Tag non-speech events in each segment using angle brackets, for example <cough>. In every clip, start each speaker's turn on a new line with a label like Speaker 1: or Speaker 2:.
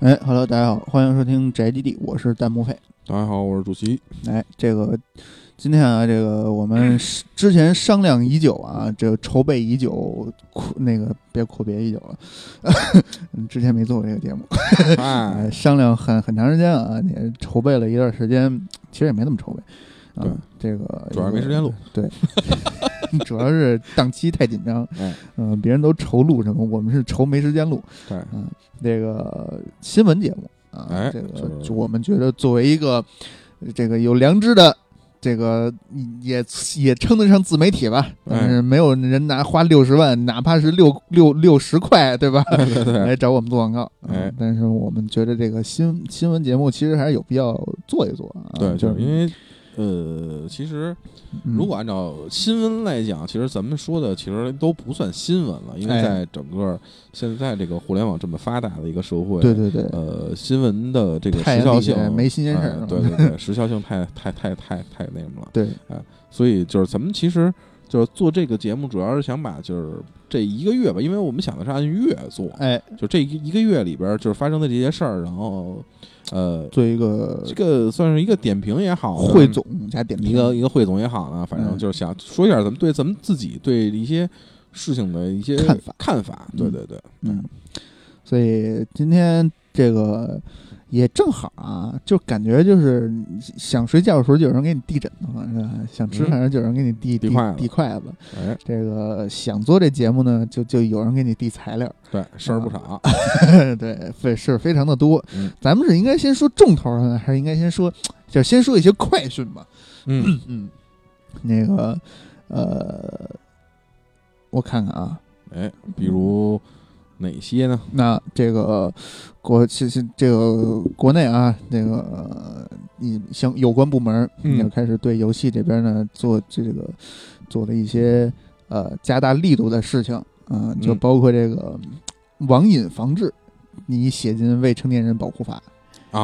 Speaker 1: 哎，Hello，大家好，欢迎收听宅基地，我是弹幕配。
Speaker 2: 大家好，我是主
Speaker 1: <laughs>
Speaker 2: 席。
Speaker 1: 哎，这个今天啊，这个我
Speaker 2: <laughs>
Speaker 1: 们是之前商量已久啊，这个筹备已久，阔那个别阔别已久了， <laughs> 嗯之前没做过这个节目，
Speaker 2: 哎，
Speaker 1: 哎，商量很很长时间啊，也筹备了一段时间，其实也没怎么筹备啊
Speaker 2: 对，
Speaker 1: 这个
Speaker 2: 主要是没时间录，
Speaker 1: 对， <laughs> 主要是档期太紧张，
Speaker 2: <laughs> 哎
Speaker 1: 嗯、别人都愁录什么，我们是愁没时间录，
Speaker 2: 对
Speaker 1: 嗯、这个新闻节目啊，
Speaker 2: 哎
Speaker 1: 这个
Speaker 2: 就是
Speaker 1: 就我们觉得作为一个呃这个有良知的。这个也也称得上自媒体吧，
Speaker 2: 哎
Speaker 1: 但是没有人拿花六十万，哪怕是六六六十块，对吧？
Speaker 2: <laughs> 对对对，
Speaker 1: 来找我们做广告。嗯
Speaker 2: 哎
Speaker 1: 但是我们觉得这个新新闻节目其实还是有必要做一做啊。就
Speaker 2: 对，就是是因为呃，其实
Speaker 1: 嗯
Speaker 2: 如果按照新闻来讲，其实咱们说的其实都不算新闻了，因为
Speaker 1: 哎
Speaker 2: 在整个现在这个互联网这么发达的一个社会，
Speaker 1: 对对对，
Speaker 2: 呃，新闻的这个
Speaker 1: 太
Speaker 2: 时
Speaker 1: 阳
Speaker 2: 效
Speaker 1: 底下
Speaker 2: 性
Speaker 1: 没新鲜事儿
Speaker 2: 哎
Speaker 1: 了
Speaker 2: 对对对，时效性太太太太太那什么了。
Speaker 1: 对，
Speaker 2: 所以就是咱们其实就是做这个节目，主要是想把就是这一个月吧，因为我们想的是按月做，
Speaker 1: 哎，
Speaker 2: 就这一一个月里边儿就是发生的这些事儿，然后呃，
Speaker 1: 做一个
Speaker 2: 这个算是一个点评也好，啊
Speaker 1: 汇总加点评嗯
Speaker 2: 一个一个汇总也好呢，啊反正就是想说一下咱们对咱们自己对一些事情的一些
Speaker 1: 看法
Speaker 2: 看法。对对对，
Speaker 1: 嗯，所以今天这个也正好啊，就感觉就是想睡觉的时候就有人给你递枕头，是吧？想吃
Speaker 2: 嗯
Speaker 1: 饭的时候就有人给你递
Speaker 2: 递
Speaker 1: 递
Speaker 2: 筷子
Speaker 1: 递筷子。
Speaker 2: 哎，
Speaker 1: 这个想做这节目呢，就就有人给你递材料。
Speaker 2: 对，事儿不
Speaker 1: 啊
Speaker 2: 少，啊
Speaker 1: <laughs> 对，非是非常的多。 <laughs>
Speaker 2: 嗯
Speaker 1: 咱们是应该先说重头儿呢，还是应该先说，就先说一些快讯吧？
Speaker 2: 嗯，
Speaker 1: 嗯，那个，呃，我看看啊，
Speaker 2: 哎，比如哪些呢？
Speaker 1: 那这个国其实这个国内啊，这个呃你相有关部门儿
Speaker 2: 嗯
Speaker 1: 也开始对游戏这边呢做这个呃做了一些呃加大力度的事情啊、就
Speaker 2: 嗯
Speaker 1: 包括这个呃网瘾防治。你写进未成年人保护法
Speaker 2: 啊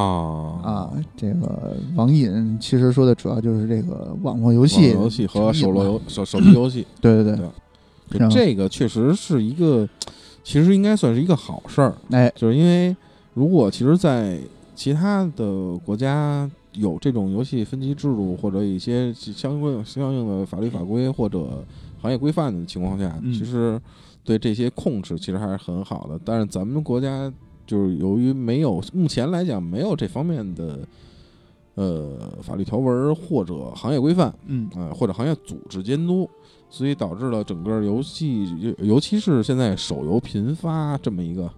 Speaker 1: 啊，这个网瘾其实说的主要就是这个网络游戏
Speaker 2: 网络游戏和手
Speaker 1: 成
Speaker 2: 游
Speaker 1: 瘾嘛，
Speaker 2: 游手手机游戏，
Speaker 1: 对对对，
Speaker 2: 就是
Speaker 1: 啊
Speaker 2: 这个确实是一个，其实应该算是一个好事儿。
Speaker 1: 哎，
Speaker 2: 就是因为如果其实，在其他的国家有这种游戏分级制度或者一些相关相应的法律法规或者行业规范的情况下，
Speaker 1: 嗯
Speaker 2: 其实对这些控制其实还是很好的。但是咱们国家就是由于没有目前来讲没有这方面的呃法律条文或者行业规范，
Speaker 1: 嗯，
Speaker 2: 呃，或者行业组织监督，所以导致了整个游戏，尤尤其是现在手游频发这么一个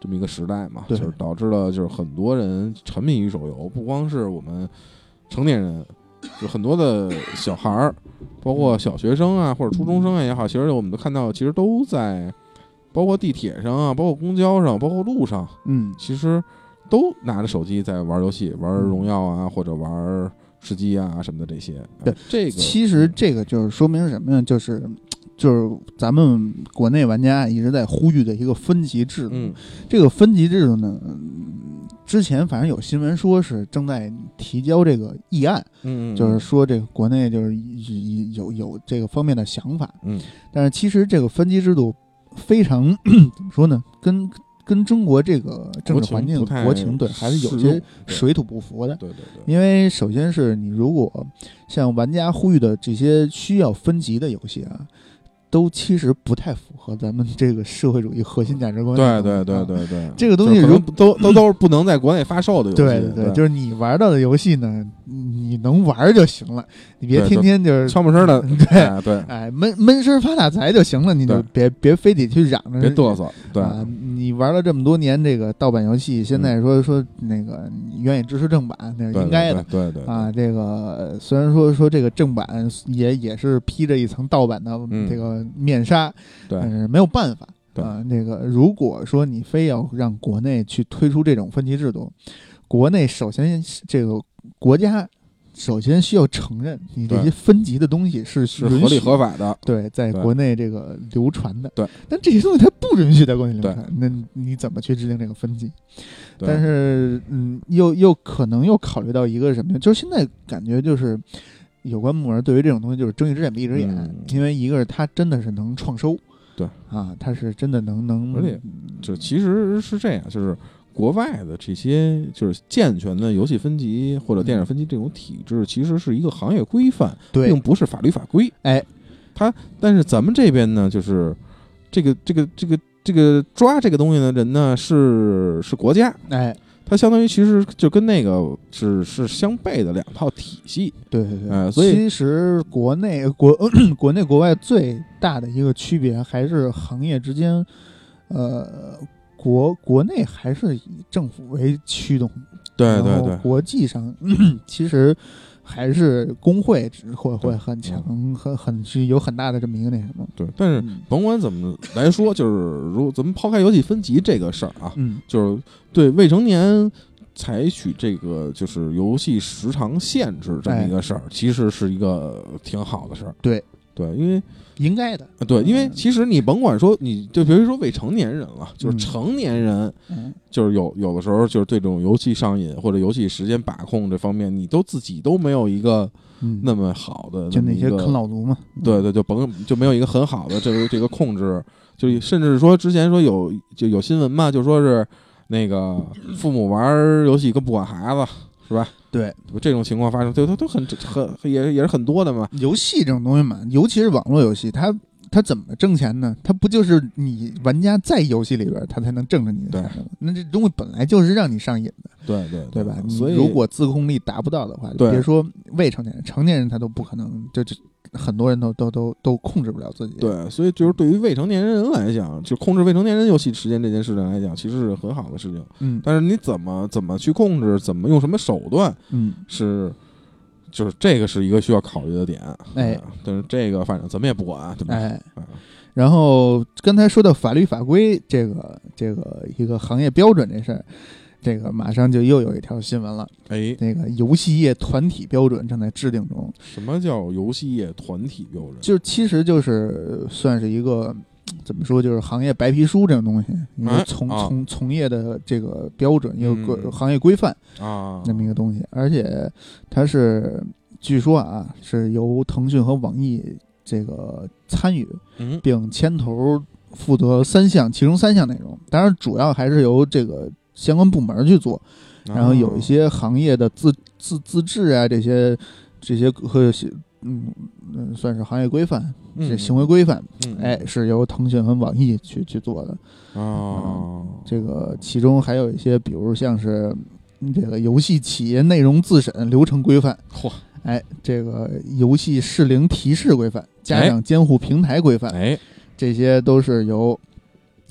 Speaker 2: 这么一个时代嘛，就
Speaker 1: 对
Speaker 2: 是导致了就是很多人沉迷于手游，不光是我们成年人，就很多的小孩儿，包括小学生啊或者初中生啊也好，其实我们都看到，其实都在包括地铁上啊，包括公交上，包括路上，
Speaker 1: 嗯，
Speaker 2: 其实都拿着手机在玩游戏，玩荣耀啊，或者玩吃鸡啊什么的这些。
Speaker 1: 对
Speaker 2: 呃这个
Speaker 1: 其实这个就是说明什么呀？就是就是咱们国内玩家一直在呼吁的一个分级制度。
Speaker 2: 嗯，
Speaker 1: 这个分级制度呢，嗯之前反正有新闻说是正在提交这个议案，
Speaker 2: 嗯嗯，
Speaker 1: 就是说这个国内就是有有有这个方面的想法。
Speaker 2: 嗯，
Speaker 1: 但是其实这个分级制度非常怎么说呢？跟跟中国这个政
Speaker 2: 国
Speaker 1: 治
Speaker 2: 情
Speaker 1: 环境
Speaker 2: 不太
Speaker 1: 国情对还是有
Speaker 2: 适
Speaker 1: 些
Speaker 2: 用对
Speaker 1: 水土不服的。
Speaker 2: 对对对，
Speaker 1: 因为首先是你如果像玩家呼吁的这些需要分级的游戏啊，都其实不太符合咱们这个社会主义核心价值观。
Speaker 2: 对对对
Speaker 1: 啊
Speaker 2: 对对，
Speaker 1: 这个东西
Speaker 2: 就是可
Speaker 1: 如
Speaker 2: 能都都都是不能在国内发售的游戏，
Speaker 1: 对
Speaker 2: 对
Speaker 1: 对对，就是你玩到的游戏呢，你能玩儿就行了，你别
Speaker 2: 对
Speaker 1: 天天就是
Speaker 2: 悄没声的，
Speaker 1: 对，
Speaker 2: 哎对，
Speaker 1: 哎闷闷声发大财就行了，你就
Speaker 2: 对
Speaker 1: 别别非得去嚷着
Speaker 2: 别嘚瑟，对
Speaker 1: 嗯
Speaker 2: 嗯
Speaker 1: 啊，你玩了这么多年这个盗版游戏，现在说说那个你愿意支持正版，那是
Speaker 2: 对，
Speaker 1: 应该的。
Speaker 2: 对，对对对
Speaker 1: 啊，这个虽然说说这个正版也也是披着一层盗版的
Speaker 2: 嗯
Speaker 1: 这个面纱，但
Speaker 2: 对，
Speaker 1: 是没有办法。
Speaker 2: 对
Speaker 1: 啊，这个如果说你非要让国内去推出这种分级制度，国内首先这个国家首先需要承认你这
Speaker 2: 对
Speaker 1: 些分级的东西是
Speaker 2: 是
Speaker 1: 允
Speaker 2: 合理
Speaker 1: 许
Speaker 2: 合法的，
Speaker 1: 对，在
Speaker 2: 对
Speaker 1: 国内这个流传的。
Speaker 2: 对，
Speaker 1: 但这些东西它不允许在国内流
Speaker 2: 对
Speaker 1: 传，那你怎么去制定这个分级？
Speaker 2: 对
Speaker 1: 但是，嗯，又又可能又考虑到一个什么呀？就是现在感觉就是有关部门对于这种东西就是睁一只眼闭一只眼，
Speaker 2: 嗯
Speaker 1: 因为一个是它真的是能创收，
Speaker 2: 对
Speaker 1: 啊，它是真的能能
Speaker 2: 而且就其实是这样，就是。国外的这些就是健全的游戏分级或者电影分级这种体制，其实是一个行业规范，
Speaker 1: 对
Speaker 2: 并，不是法律法规。
Speaker 1: 哎，
Speaker 2: 它但是咱们这边呢，就是这个这个这个这个抓这个东西的人呢，是是国家，
Speaker 1: 哎，
Speaker 2: 它相当于其实就跟那个是是相悖的两套体系。
Speaker 1: 对对对，
Speaker 2: 哎所以
Speaker 1: 其实国内国嗯国内国外最大的一个区别还是行业之间，呃，国国内还是以政府为驱动，
Speaker 2: 对对
Speaker 1: 然后
Speaker 2: 对，
Speaker 1: 国际上其实还是工会会会很强，
Speaker 2: 嗯
Speaker 1: 很很是有很大的这么一个那什么，
Speaker 2: 对，但是
Speaker 1: 嗯
Speaker 2: 甭管怎么来说，就是如果咱们抛开游戏分级这个事儿啊，
Speaker 1: 嗯，
Speaker 2: 就是对未成年采取这个就是游戏时长限制这么一个事儿，其实是一个挺好的事儿。
Speaker 1: 对
Speaker 2: 对，因为
Speaker 1: 应该的，
Speaker 2: 呃对，因为
Speaker 1: 嗯
Speaker 2: 其实你甭管说，你就别说未成年人了，就是
Speaker 1: 嗯
Speaker 2: 成年人，
Speaker 1: 嗯，
Speaker 2: 就是有有的时候就是对这种游戏上瘾或者游戏时间把控这方面，你都自己都没有一个
Speaker 1: 嗯
Speaker 2: 那么好的
Speaker 1: 就
Speaker 2: 么
Speaker 1: 那
Speaker 2: 一
Speaker 1: 些
Speaker 2: 个
Speaker 1: 啃老族嘛，
Speaker 2: 对对，就甭就没有一个很好的这个这个控制，就甚至说之前说有就有新闻嘛，就说是那个父母玩儿游戏跟不管孩子是吧？
Speaker 1: 对，
Speaker 2: 这种情况发生，对，都都很很也也是很多的嘛。
Speaker 1: 游戏这种东西嘛，尤其是网络游戏，它它怎么挣钱呢？它不就是你玩家在游戏里边儿，它才能挣着你的
Speaker 2: 对
Speaker 1: 钱吗？那这东西本来就是让你上瘾的，
Speaker 2: 对对
Speaker 1: 对吧？你
Speaker 2: 所以
Speaker 1: 如果自控力达不到的话，就
Speaker 2: 对
Speaker 1: 别说未成年人，成年人他都不可能，就就很多人都都都都控制不了自己。，
Speaker 2: 对，所以就是对于未成年人来讲，就控制未成年人游戏时间这件事情来讲，其实是很好的事情。
Speaker 1: 嗯
Speaker 2: 但是你怎么怎么去控制，怎么用什么手段，
Speaker 1: 嗯，
Speaker 2: 是，就是这个是一个需要考虑的点。
Speaker 1: 哎
Speaker 2: 嗯，但是这个反正咱们也不管，对吧？
Speaker 1: 哎
Speaker 2: 嗯。
Speaker 1: 然后刚才说到法律法规这个这个一个行业标准这事儿，这个马上就又有一条新闻了。
Speaker 2: 哎，
Speaker 1: 那个游戏业团体标准正在制定中，
Speaker 2: 什么叫游戏业团体标准？
Speaker 1: 就是其实就是呃算是一个怎么说，就是行业白皮书这种东西，一个
Speaker 2: 哎
Speaker 1: 从、
Speaker 2: 啊
Speaker 1: 从从业的这个标准，一个
Speaker 2: 嗯
Speaker 1: 规行业规范
Speaker 2: 啊，
Speaker 1: 那么一个东西，而且它是据说啊是由腾讯和网易这个参与
Speaker 2: 嗯，
Speaker 1: 并牵头负责三项，其中三项内容，当然主要还是由这个相关部门去做，
Speaker 2: 啊
Speaker 1: 然后有一些行业的自自自治啊，这些这些和有些嗯嗯，算是行业规范，
Speaker 2: 嗯
Speaker 1: 这行为规范，哎，是由腾讯和网易去去做的。
Speaker 2: 啊，
Speaker 1: 这个其中还有一些，比如像是嗯这个游戏企业内容自审流程规范，
Speaker 2: 嚯，
Speaker 1: 哎，这个游戏适龄提示规范、家
Speaker 2: 哎
Speaker 1: 长监护平台规范，
Speaker 2: 哎，
Speaker 1: 这些都是由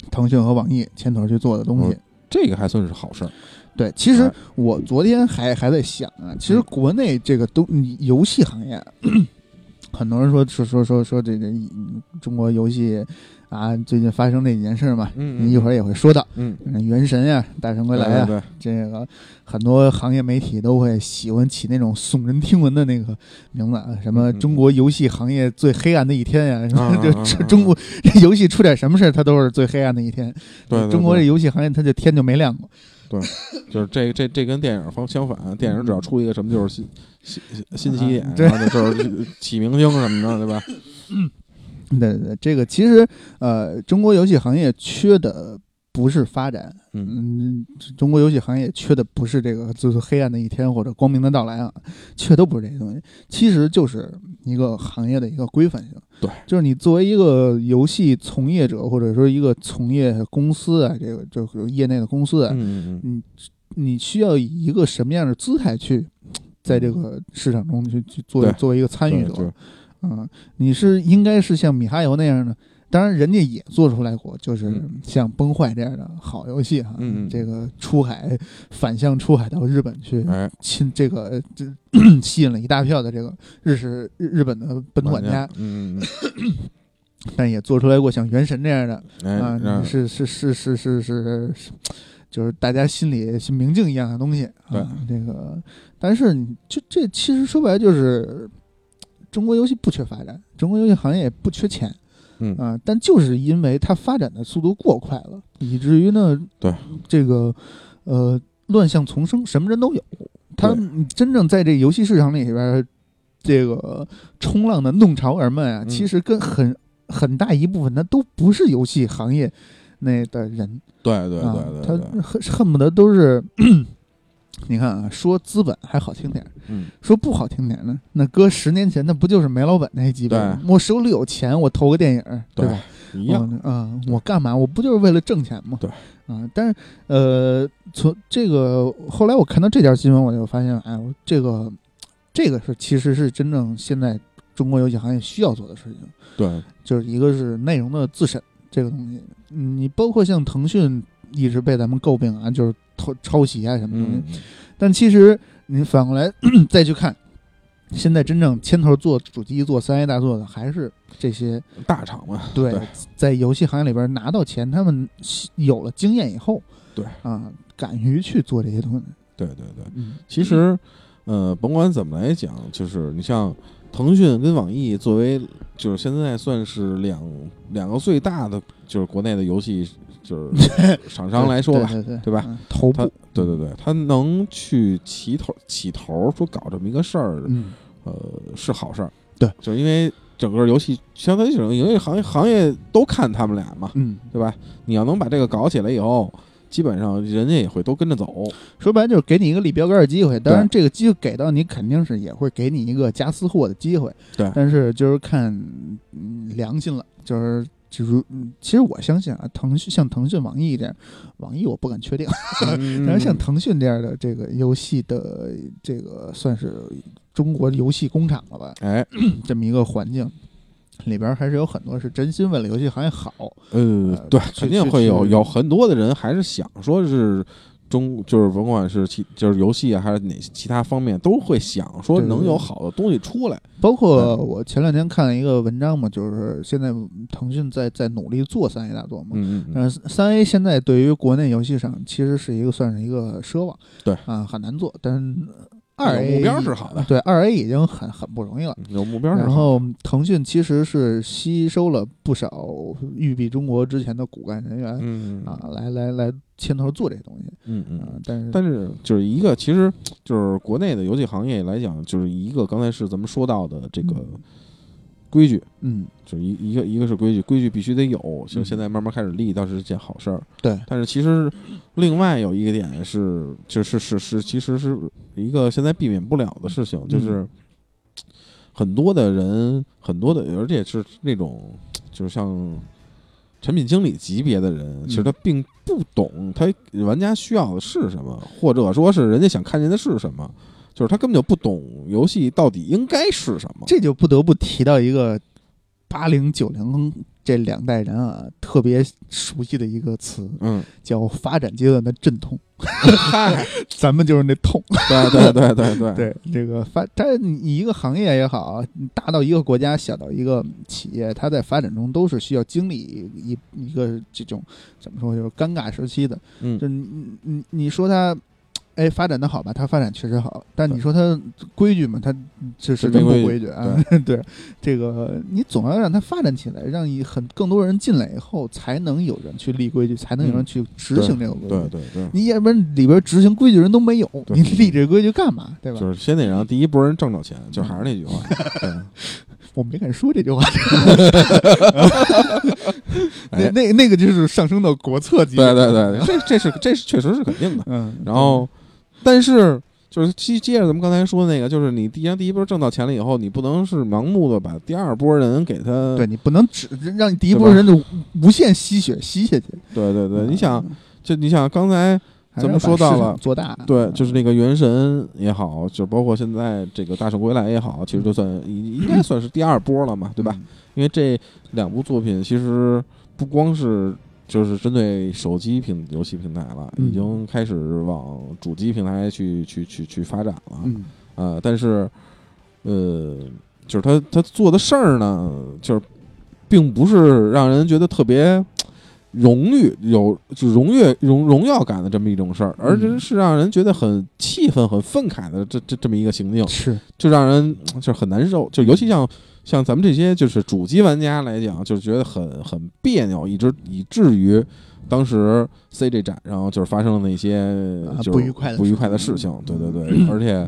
Speaker 1: 腾讯和网易牵头去做的东西。
Speaker 2: 这个还算是好事儿。
Speaker 1: 对，其实
Speaker 2: 嗯哎
Speaker 1: 我昨天还还在想啊，其实
Speaker 2: 嗯
Speaker 1: 国内这个东嗯游戏行业， <clears throat> 很多人说说说说说这这嗯中国游戏啊，最近发生那几件事嘛，
Speaker 2: 嗯，
Speaker 1: 一会
Speaker 2: 儿，
Speaker 1: 儿也会说到，
Speaker 2: 嗯，
Speaker 1: 嗯原神呀、大圣归来啊呀、
Speaker 2: 对，
Speaker 1: 这个很多行业媒体都会喜欢起那种耸人听闻的那个名字啊，什么
Speaker 2: 嗯嗯
Speaker 1: 中国游戏行业最黑暗的一天呀、什
Speaker 2: 啊
Speaker 1: 么
Speaker 2: 啊
Speaker 1: 就
Speaker 2: 啊
Speaker 1: 这
Speaker 2: 啊
Speaker 1: 中国这游戏出点什么事儿，它都是最黑暗的一天。
Speaker 2: 对，
Speaker 1: 中国这游戏行业，它就天就没亮过。
Speaker 2: 就是这这这跟电影方相反，电影只要出一个什么就是新新新起点，
Speaker 1: 这
Speaker 2: 然后就是 <laughs> 起明星什么的，对吧？
Speaker 1: 对对对，这个其实呃，中国游戏行业缺的不是发展，
Speaker 2: 嗯，
Speaker 1: 嗯，中国游戏行业缺的不是这个就是黑暗的一天或者光明的到来啊，缺都不是这些东西，其实就是一个行业的一个规范性。
Speaker 2: 对，
Speaker 1: 就是你作为一个游戏从业者或者说一个从业公司啊，这个就是业内的公司啊，
Speaker 2: 嗯嗯
Speaker 1: 你你需要以一个什么样的姿态去在这个市场中去去做
Speaker 2: 嗯对
Speaker 1: 作为一个参与
Speaker 2: 嗯，
Speaker 1: 者？
Speaker 2: 就是
Speaker 1: 嗯，你是应该是像米哈游那样的，当然人家也做出来过，就是
Speaker 2: 嗯
Speaker 1: 像崩坏这样的好游戏哈。
Speaker 2: 嗯嗯
Speaker 1: 这个出海反向出海到日本去，
Speaker 2: 哎，
Speaker 1: 亲这个这 <clears throat> 吸引了一大票的这个日式日日本的本土玩家，，
Speaker 2: 嗯
Speaker 1: 但也做出来过像原神这样的啊
Speaker 2: 嗯，，哎，
Speaker 1: 是是是是是是是，就是大家心里是明镜一样的东西
Speaker 2: 对
Speaker 1: 啊。这个，但是你就这其实说白了就是，中国游戏不缺发展，中国游戏行业也不缺钱
Speaker 2: 嗯，
Speaker 1: 啊，但就是因为它发展的速度过快了，以至于呢，
Speaker 2: 对
Speaker 1: 这个呃乱象丛生，什么人都有。他
Speaker 2: 对
Speaker 1: 们真正在这游戏市场里边儿，这个冲浪的弄潮儿们啊，
Speaker 2: 嗯
Speaker 1: 其实跟很很大一部分，它都不是游戏行业那的人，
Speaker 2: 对对
Speaker 1: 啊
Speaker 2: 对对对，
Speaker 1: 他恨恨不得都是， <coughs> 你看啊，说资本还好听点儿，
Speaker 2: 嗯，
Speaker 1: 说不好听点儿呢，那搁十年前那不就是煤老板那一级别吗？我手里有钱，我投个电影儿，
Speaker 2: 对
Speaker 1: 吧？
Speaker 2: 一样，
Speaker 1: 嗯、啊我干嘛？我不就是为了挣钱吗？
Speaker 2: 对
Speaker 1: 啊、但是呃，从这个后来我看到这条新闻，我就发现，哎，我这个这个是其实是真正现在中国游戏行业需要做的事情，
Speaker 2: 对
Speaker 1: 就是一个是内容的自审这个东西，嗯你包括像腾讯一直被咱们诟病啊，就是偷抄袭啊什么东西，
Speaker 2: 嗯，
Speaker 1: 但其实你反过来 <clears throat> 再去看。现在真正牵头做主机、做三 A 大作的，还是这些
Speaker 2: 嗯大厂嘛，
Speaker 1: 对
Speaker 2: 对，
Speaker 1: 在游戏行业里边拿到钱，他们有了经验以后，
Speaker 2: 对
Speaker 1: 啊，敢于去做这些东西。
Speaker 2: 对对对。
Speaker 1: 嗯，
Speaker 2: 其实，呃，甭管怎么来讲，就是你像腾讯跟网易作为就是现在算是两两个最大的就是国内的游戏就是
Speaker 1: <laughs>
Speaker 2: 厂商来说吧，
Speaker 1: 对对
Speaker 2: 对吧？
Speaker 1: 嗯头
Speaker 2: 它
Speaker 1: 部，
Speaker 2: 对对对，它能去起头起头说搞这么一个事儿，
Speaker 1: 嗯，
Speaker 2: 呃，是好事儿。
Speaker 1: 对，
Speaker 2: 就是因为整个游戏相当于整个游戏行业行业都看他们俩嘛，
Speaker 1: 嗯，
Speaker 2: 对吧？你要能把这个搞起来以后，基本上人家也会都跟
Speaker 1: <laughs>
Speaker 2: 着走。
Speaker 1: 说白了就是给你一个立标杆的机会。当然，这个机会给到你，肯定是也会给你一个加私货的机会。
Speaker 2: 对
Speaker 1: 但是就是看嗯良心了，就是。就如，嗯其实我相信啊，腾讯像腾讯、网易这样，网易我不敢确定，但是像
Speaker 2: 嗯
Speaker 1: 腾讯这样的这个游戏的这个算是中国游戏工厂了吧？
Speaker 2: 哎，
Speaker 1: 这么一个环境，里边儿还是有很多是真心为了游戏行业好。
Speaker 2: 呃
Speaker 1: 呃，
Speaker 2: 对，
Speaker 1: 去
Speaker 2: 肯定
Speaker 1: 去
Speaker 2: 会有
Speaker 1: 去
Speaker 2: 有很多的人还是想说是中，就是甭管是其就是游戏啊，还是哪其他方面，都会想说
Speaker 1: 对对
Speaker 2: 能
Speaker 1: 对
Speaker 2: 有好的东西出来。
Speaker 1: 包括我前两天看了一个文章嘛，就是现在腾讯在在努力做三 A 大作嘛。
Speaker 2: 嗯嗯嗯，
Speaker 1: 但是三 A 现在对于国内游戏上其实是一个算是一个奢望，
Speaker 2: 对
Speaker 1: 啊很难做，但是二 A
Speaker 2: 目标是好的
Speaker 1: 对二 A 已经很很不容易了。
Speaker 2: 有目标是
Speaker 1: 然
Speaker 2: 好
Speaker 1: 后腾讯其实是吸收了不少育碧中国之前的骨干人员、
Speaker 2: 嗯
Speaker 1: 啊，来来来牵头做这些东西
Speaker 2: 嗯嗯
Speaker 1: 啊
Speaker 2: 嗯。，
Speaker 1: 但是
Speaker 2: 但是就是一个，其实就是国内的游戏行业来讲，就是一个刚才是咱们说到的这个
Speaker 1: 嗯
Speaker 2: 规矩，
Speaker 1: 嗯
Speaker 2: 就是一一个一个是规矩，规矩必须得有，就
Speaker 1: 嗯
Speaker 2: 现在慢慢开始立，倒是件好事儿。
Speaker 1: 对
Speaker 2: 但是其实另外有一个点是，就是是是，其实是一个现在避免不了的事情，
Speaker 1: 嗯
Speaker 2: 就是很多的人，很多的，而且是那种就是像产品经理级别的人，
Speaker 1: 嗯
Speaker 2: 其实他并不懂他玩家需要的是什么，或者说是人家想看见的是什么。就是他根本就不懂游戏到底应该是什么，
Speaker 1: 这就不得不提到一个八零九零这两代人啊，特别熟悉的一个词，
Speaker 2: 嗯，
Speaker 1: 叫发展阶段的阵痛。
Speaker 2: 嗨，
Speaker 1: <laughs> 咱们就是那痛。
Speaker 2: 对对对对对
Speaker 1: <laughs> 对，这个发，但是你一个行业也好，你大到一个国家，小到一个企业，它在发展中都是需要经历一一个这种怎么说，就是尴尬时期的。
Speaker 2: 嗯
Speaker 1: 就，你你你你说它。哎，发展的好吧，它发展确实好，但你说它规矩嘛，它就是
Speaker 2: 没
Speaker 1: 真不
Speaker 2: 规矩
Speaker 1: 规矩啊。 <laughs> 对，这个你总要让它发展起来，让一很更多人进来以后，才能有人去立规矩，才能有人去执行这个规矩。
Speaker 2: 嗯对对对，
Speaker 1: 你要不然里边执行规矩人都没有，
Speaker 2: 对
Speaker 1: 你立这规矩干嘛？对吧？
Speaker 2: 就是先得让第一波人挣着钱，就还是那句话，
Speaker 1: 嗯
Speaker 2: 对
Speaker 1: 我没敢说这
Speaker 2: <laughs>
Speaker 1: 句话。 <laughs> 那
Speaker 2: 哎
Speaker 1: 那那个就是上升到国策级。 <laughs>
Speaker 2: 对对对，这这是这是确实是肯定的。
Speaker 1: 嗯。
Speaker 2: 然后，但是就是接接着咱们刚才说的那个，就是你第让第一波挣到钱了以后，你不能是盲目的把第二波人给他，
Speaker 1: 对你不能只让第一波人就无限吸血吸下去。
Speaker 2: 对对对，
Speaker 1: 嗯
Speaker 2: 你想，就你想刚才
Speaker 1: 还是
Speaker 2: 咱们
Speaker 1: 把
Speaker 2: 说到
Speaker 1: 市
Speaker 2: 了
Speaker 1: 场做大，
Speaker 2: 对，就是那个《原神》也好，就包括现在这个《大圣归来》也好，其实就算应应该算是第二波了
Speaker 1: 嗯
Speaker 2: 嘛，对吧？？因为这两部作品其实不光是就是针对手机平游戏平台了，
Speaker 1: 嗯
Speaker 2: 已经开始往主机平台去去去去发展了。
Speaker 1: 嗯，
Speaker 2: 呃，但是呃，就是他他做的事儿呢，就是并不是让人觉得特别。荣誉有就荣誉荣荣耀感的这么一种事儿，而
Speaker 1: 嗯
Speaker 2: 真是让人觉得很气愤、很愤慨的这这这么一个行径
Speaker 1: 嗯，是，
Speaker 2: 就让人嗯就是很难受，就尤其像像咱们这些就是主机玩家来讲，就是觉得很很别扭，以至以至于当时 CJ 展上就是发生了那些
Speaker 1: 啊
Speaker 2: 就是
Speaker 1: 不愉快的嗯
Speaker 2: 不愉快的
Speaker 1: 事 <laughs>
Speaker 2: 事
Speaker 1: 情
Speaker 2: 情，对对对，而且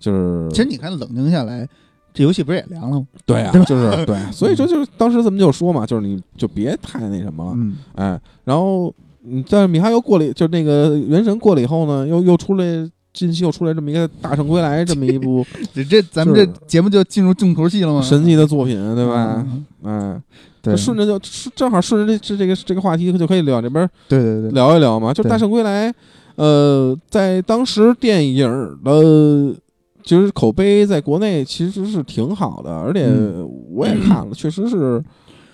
Speaker 2: 就是
Speaker 1: 其实你看，冷静下来，这游戏不是也凉了吗？
Speaker 2: 对
Speaker 1: <laughs>
Speaker 2: 啊，就是对，所以说就是当时咱们就说嘛，就是你就别太那什么了，
Speaker 1: 嗯，
Speaker 2: 哎，然后嗯，但是米哈游过了以，就是那个原神过了以后呢，又又出来近期又出来这么一个《大圣归来》这么一
Speaker 1: <laughs>
Speaker 2: 部
Speaker 1: 这这咱们这
Speaker 2: 就是
Speaker 1: 节目就进入重头戏了吗？
Speaker 2: 神奇的作品，对吧？
Speaker 1: 嗯？
Speaker 2: 哎，
Speaker 1: 对，
Speaker 2: 顺着就顺正好顺着这这这个这个话题就可以聊这边
Speaker 1: 对对对对，
Speaker 2: 聊一聊嘛，就是《
Speaker 1: 对
Speaker 2: 大圣归来》，呃，在当时电影的其实口碑在国内其实是挺好的，而且
Speaker 1: 嗯
Speaker 2: 我也看了，确实是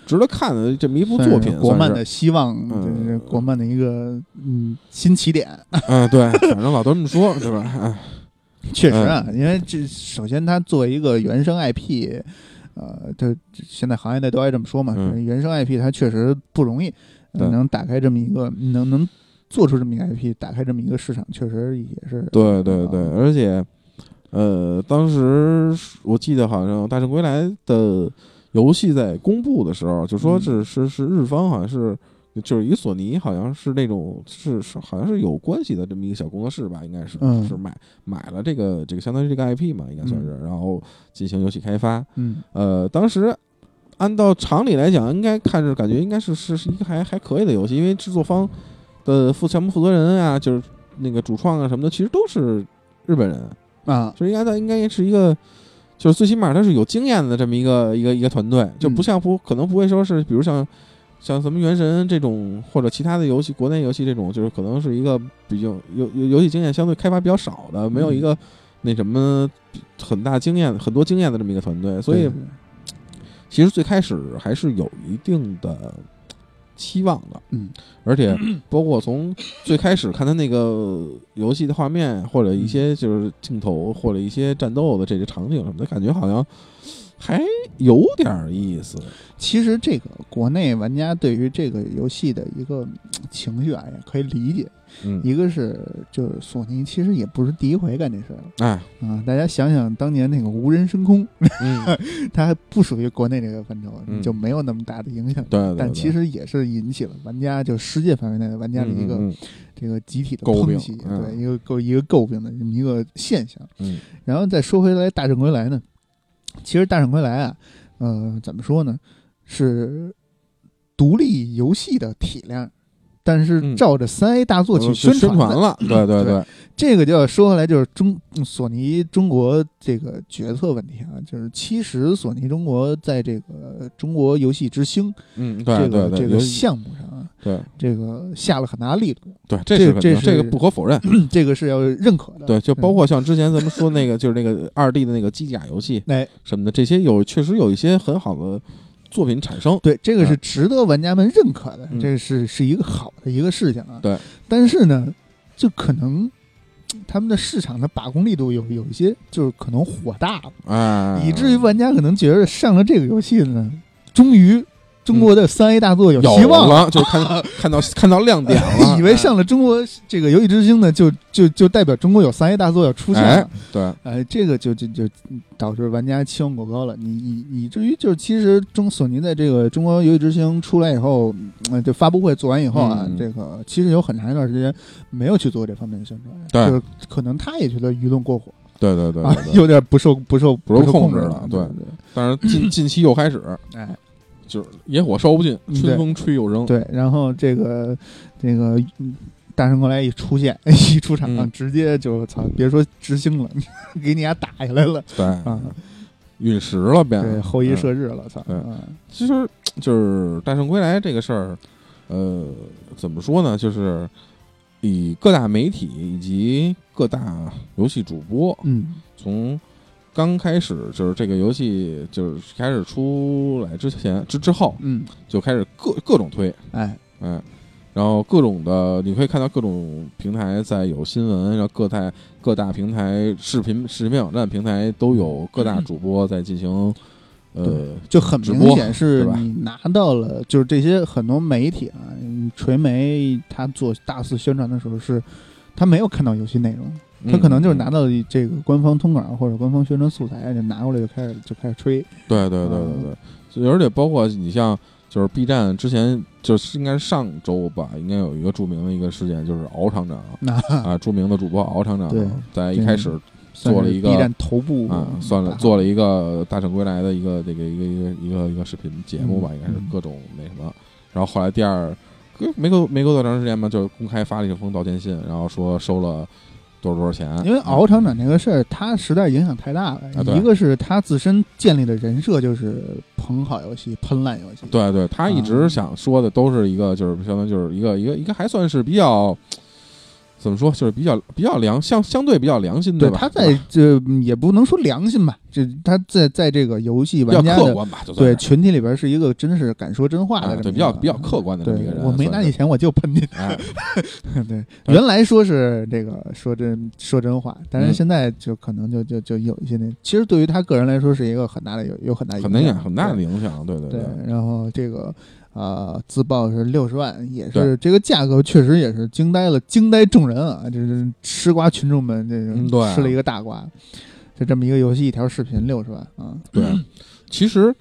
Speaker 2: 值得看的这么一部作
Speaker 1: 算
Speaker 2: 品
Speaker 1: 是，国
Speaker 2: 算
Speaker 1: 漫
Speaker 2: 是
Speaker 1: 的希望，
Speaker 2: 嗯
Speaker 1: 这是国漫的一个嗯新起点。
Speaker 2: 嗯，对，反正老都这么说，对吧？哎，
Speaker 1: 确实啊，
Speaker 2: 嗯
Speaker 1: 因为这首先它作为一个原生 IP，呃，这现在行业内都爱这么说嘛，
Speaker 2: 嗯
Speaker 1: 就是原生 IP 它确实不容易，呃
Speaker 2: 对
Speaker 1: 能打开这么一个能能做出这么一个 IP，打开这么一个市场，确实也是
Speaker 2: 对对对，
Speaker 1: 啊
Speaker 2: 而且，呃，当时我记得好像《大圣归来》的游戏在公布的时候，就说
Speaker 1: 嗯
Speaker 2: 是是是日方好像是。就是与索尼好像是那种是是好像是有关系的这么一个小工作室吧，应该是、
Speaker 1: 嗯
Speaker 2: 是买买了这个这个相当于这个 IP 嘛，应该算是，然后进行游戏开发。
Speaker 1: 嗯
Speaker 2: 呃，当时按照常理来讲，应该看着感觉应该是是是一个还还可以的游戏，因为制作方的负项目负责人啊，就是那个主创啊什么的，其实都是日本人，
Speaker 1: 啊，
Speaker 2: 就是应该在应该是一个。就是最起码他是有经验的这么一个一个一个团队，就不像不可能不会说是，比如像像什么原神这种或者其他的游戏，国内游戏这种，就是可能是一个比较游游游戏经验相对开发比较少的，没有一个那什么很大经验很多经验的这么一个团队，所以
Speaker 1: 对
Speaker 2: 其实最开始还是有一定的期望的，
Speaker 1: 嗯，
Speaker 2: 而且包括从最开始看他那个游戏的画面，或者
Speaker 1: 嗯
Speaker 2: 一些就是镜头，或者一些战斗的这些场景什么的，感觉好像还有点意思。
Speaker 1: 其实这个国内玩家对于这个游戏的一个嗯情绪啊，也可以理解。
Speaker 2: 嗯，
Speaker 1: 一个是就是索尼其实也不是第一回干这事儿了
Speaker 2: 哎，
Speaker 1: 啊，大家想想当年那个无人升空。<laughs>
Speaker 2: 嗯，
Speaker 1: 它还不属于国内这个范畴，
Speaker 2: 嗯
Speaker 1: 就没有那么大的影响。
Speaker 2: 对对对，
Speaker 1: 但其实也是引起了玩家就世界范围内的玩
Speaker 2: 人
Speaker 1: 家的一个、
Speaker 2: 嗯
Speaker 1: 这个集体的
Speaker 2: 诟病
Speaker 1: 抨击，
Speaker 2: 嗯
Speaker 1: 对一个诟一个诟病的这么一个现象。
Speaker 2: 嗯
Speaker 1: 然后再说回来，《大圣归来》呢，其实《大圣归来》啊，呃，怎么说呢，是独立游戏的体量，但是
Speaker 2: 嗯
Speaker 1: 照着三 A 大作去
Speaker 2: 嗯宣
Speaker 1: 传的
Speaker 2: 了，对对对，
Speaker 1: 这个就要说回来，就是中嗯索尼中国这个决策问题啊，就是其实索尼中国在这个中国游戏之星
Speaker 2: 嗯
Speaker 1: 这
Speaker 2: 对
Speaker 1: 个
Speaker 2: 对
Speaker 1: 这
Speaker 2: 对，
Speaker 1: 个
Speaker 2: 尤其
Speaker 1: 项目上啊，
Speaker 2: 对
Speaker 1: 这个下了很大力度，
Speaker 2: 对，这
Speaker 1: 这
Speaker 2: 是肯定
Speaker 1: 这是嗯
Speaker 2: 这个不可否认。
Speaker 1: 这个是要认可的。
Speaker 2: 对，就包括像之前咱们说那个，就是那个二 D 的那个机甲游戏
Speaker 1: 哎，
Speaker 2: 什么的，这些有确实有一些很好的作品产生。
Speaker 1: 对，这个是值得玩家们认可的，
Speaker 2: 嗯
Speaker 1: 这个是是一个好的一个事情啊。
Speaker 2: 对，
Speaker 1: 但是呢，就可能嗯他们的市场的把控力度有有一些就是可能火大了。
Speaker 2: 哎，
Speaker 1: 以至于玩家可能觉得上了这个游戏呢，终于中国的三 A 大作有
Speaker 2: 有
Speaker 1: 希望了。哎
Speaker 2: 了，就看 <laughs> 看到看到亮点了，
Speaker 1: 以为上了中国这个游戏之星呢，就就就代表中国有三 A 大作要出现了，
Speaker 2: 哎对，
Speaker 1: 哎，这个就就就导致玩家期望过高了。你你以至于就是其实中索尼在这个中国游戏之星出来以后，嗯，就发布会做完以后啊，
Speaker 2: 嗯
Speaker 1: 这个其实有很长一段时间没有去做这方面的宣传，
Speaker 2: 对
Speaker 1: 就是可能他也觉得舆论过火
Speaker 2: 对对对
Speaker 1: 啊 <laughs>
Speaker 2: 对，对。
Speaker 1: 有点不受不受
Speaker 2: 不受
Speaker 1: 受控
Speaker 2: 控制
Speaker 1: 了
Speaker 2: 了，
Speaker 1: 对
Speaker 2: 对但是近近期又开始，
Speaker 1: 对，哎。
Speaker 2: 就是野火烧不尽，
Speaker 1: 嗯对
Speaker 2: 春风吹又生。
Speaker 1: 对，然后这个这个嗯大圣过来一出现， <laughs> 一出场、
Speaker 2: 嗯
Speaker 1: 直接就操，别说执行了， <laughs> 给你俩打下来了
Speaker 2: 对
Speaker 1: 啊！
Speaker 2: 陨石了变。
Speaker 1: 对，后羿
Speaker 2: 嗯
Speaker 1: 射日了，操、
Speaker 2: 对
Speaker 1: 嗯！
Speaker 2: 其实就是《大圣归来》这个事儿，呃，怎么说呢？就是以各大媒体以及各大游戏主播，
Speaker 1: 嗯
Speaker 2: 从刚开始就是这个游戏就是开始出来之前之之后，
Speaker 1: 嗯，
Speaker 2: 就开始各各种推，
Speaker 1: 哎，
Speaker 2: 哎，然后各种的你可以看到各种平台在有新闻，然后各大各大平台视频视频网站平台都有各大主播在进行，呃，
Speaker 1: 就很
Speaker 2: 直
Speaker 1: 明
Speaker 2: 播
Speaker 1: 显是
Speaker 2: 对吧
Speaker 1: 你拿到了，就是这些很多媒体啊，嗯传媒他做大肆宣传的时候是。他没有看到游戏内容，他可能就是拿
Speaker 2: 嗯、
Speaker 1: 到这个官方通稿或者官方宣传素材，就拿过来就开始就开始吹，
Speaker 2: 对对对对
Speaker 1: 嗯
Speaker 2: 对，就而且包括你像就是 B 站之前就是应该是上周吧，应该
Speaker 1: <laughs>
Speaker 2: 有一个著名的一个事件，就是敖厂长。
Speaker 1: 那、
Speaker 2: 啊，著名的主播敖厂长
Speaker 1: 对嗯
Speaker 2: 在一开始
Speaker 1: 算是
Speaker 2: 做了一个
Speaker 1: B 站头部
Speaker 2: 啊，算了，做了一个大圣归来的一个这个一个一个一个一个视频节目吧，
Speaker 1: 嗯
Speaker 2: 应该是
Speaker 1: 嗯
Speaker 2: 各种那什么。然后后来第二，隔没过没过多长时间吧，就公开发了一封道歉信，然后说收了多少多少钱。啊
Speaker 1: 因为敖厂长这个事儿，他实在影响太大了。
Speaker 2: 嗯对
Speaker 1: 一个是他自身建立的人设就是捧好游戏、喷烂游戏，
Speaker 2: 对对，他一
Speaker 1: 嗯
Speaker 2: 直想说的都是一个，就是相当于就是一个一个一个还算是比较怎么说，就是比较比较良相相对比较良心的
Speaker 1: 对，
Speaker 2: 吧。
Speaker 1: 他
Speaker 2: 对
Speaker 1: 在
Speaker 2: 吧
Speaker 1: 这也不能说良心吧，这他在在这个游戏
Speaker 2: 比较
Speaker 1: 玩家
Speaker 2: 客
Speaker 1: 的
Speaker 2: 观吧，就算
Speaker 1: 对
Speaker 2: 是
Speaker 1: 群体里边是一个真是敢说真话
Speaker 2: 啊
Speaker 1: 的这么一个，
Speaker 2: 对比较比较客观的这么一个
Speaker 1: 对
Speaker 2: 人。啊
Speaker 1: 我没拿
Speaker 2: 算
Speaker 1: 你
Speaker 2: 是
Speaker 1: 钱，我就喷你。 <laughs>
Speaker 2: 哎，
Speaker 1: 对，原来说是这个说真说真话，但是
Speaker 2: 嗯
Speaker 1: 现在就可能就就就有一些那，其实对于他个人来说是一个很大的有有很大
Speaker 2: 很影
Speaker 1: 响
Speaker 2: 响啊很大
Speaker 1: 对
Speaker 2: 的影响，对对嗯
Speaker 1: 对
Speaker 2: 对，
Speaker 1: 然后这个呃自曝是六十万，也是这个价格确实也是惊呆了，惊呆众人啊！这是吃瓜群众们这
Speaker 2: 嗯对
Speaker 1: 种
Speaker 2: 啊
Speaker 1: 吃了一个大瓜，就这么一个游戏一条视频六十万啊，
Speaker 2: 对，其实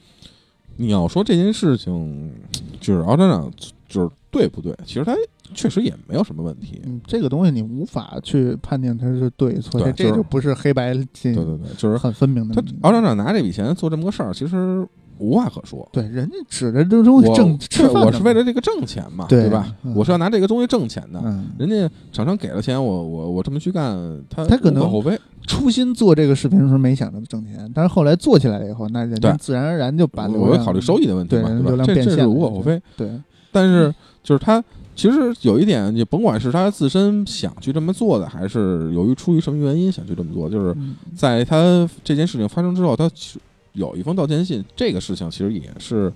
Speaker 2: 你要说这件事情，就是敖厂长就是对不对？其实他确实也没有什么问题。
Speaker 1: 嗯，这个东西你无法去判定它是对与错，
Speaker 2: 对
Speaker 1: 这
Speaker 2: 就
Speaker 1: 这
Speaker 2: 是
Speaker 1: 就不是黑白这
Speaker 2: 对对对，就是
Speaker 1: 很分明的
Speaker 2: 他
Speaker 1: 东西。
Speaker 2: 敖厂长拿这笔钱做这么个事儿，其实无话可说。
Speaker 1: 对，人家指着这东西
Speaker 2: 我
Speaker 1: 哦挣吃
Speaker 2: 对
Speaker 1: 饭的嘛，
Speaker 2: 我是为了这个挣钱嘛，
Speaker 1: 对
Speaker 2: 吧？
Speaker 1: 嗯
Speaker 2: 我是要拿这个东西挣钱的。
Speaker 1: 嗯，
Speaker 2: 人家厂商给了钱，我我我这么去干，他
Speaker 1: 他可
Speaker 2: 无可
Speaker 1: 能
Speaker 2: 厚非，
Speaker 1: 初心做这个视频的时候没想着挣钱，但是后来做起来了以后，那人家
Speaker 2: 对
Speaker 1: 自然而然就把
Speaker 2: 我我要考虑收益的问题
Speaker 1: 对
Speaker 2: 嘛，
Speaker 1: 人
Speaker 2: 对
Speaker 1: 流
Speaker 2: 吧？
Speaker 1: 量
Speaker 2: 这
Speaker 1: 变
Speaker 2: 这
Speaker 1: 现
Speaker 2: 是
Speaker 1: 了嗯
Speaker 2: 无可厚非。
Speaker 1: 对
Speaker 2: 但是就是他其实有一点，也甭管是他自身想去这么做的，还是由于出于什么原因想去这么做，就是
Speaker 1: 嗯
Speaker 2: 在他这件事情发生之后，他其实有一封道歉信，这个事情其实也是，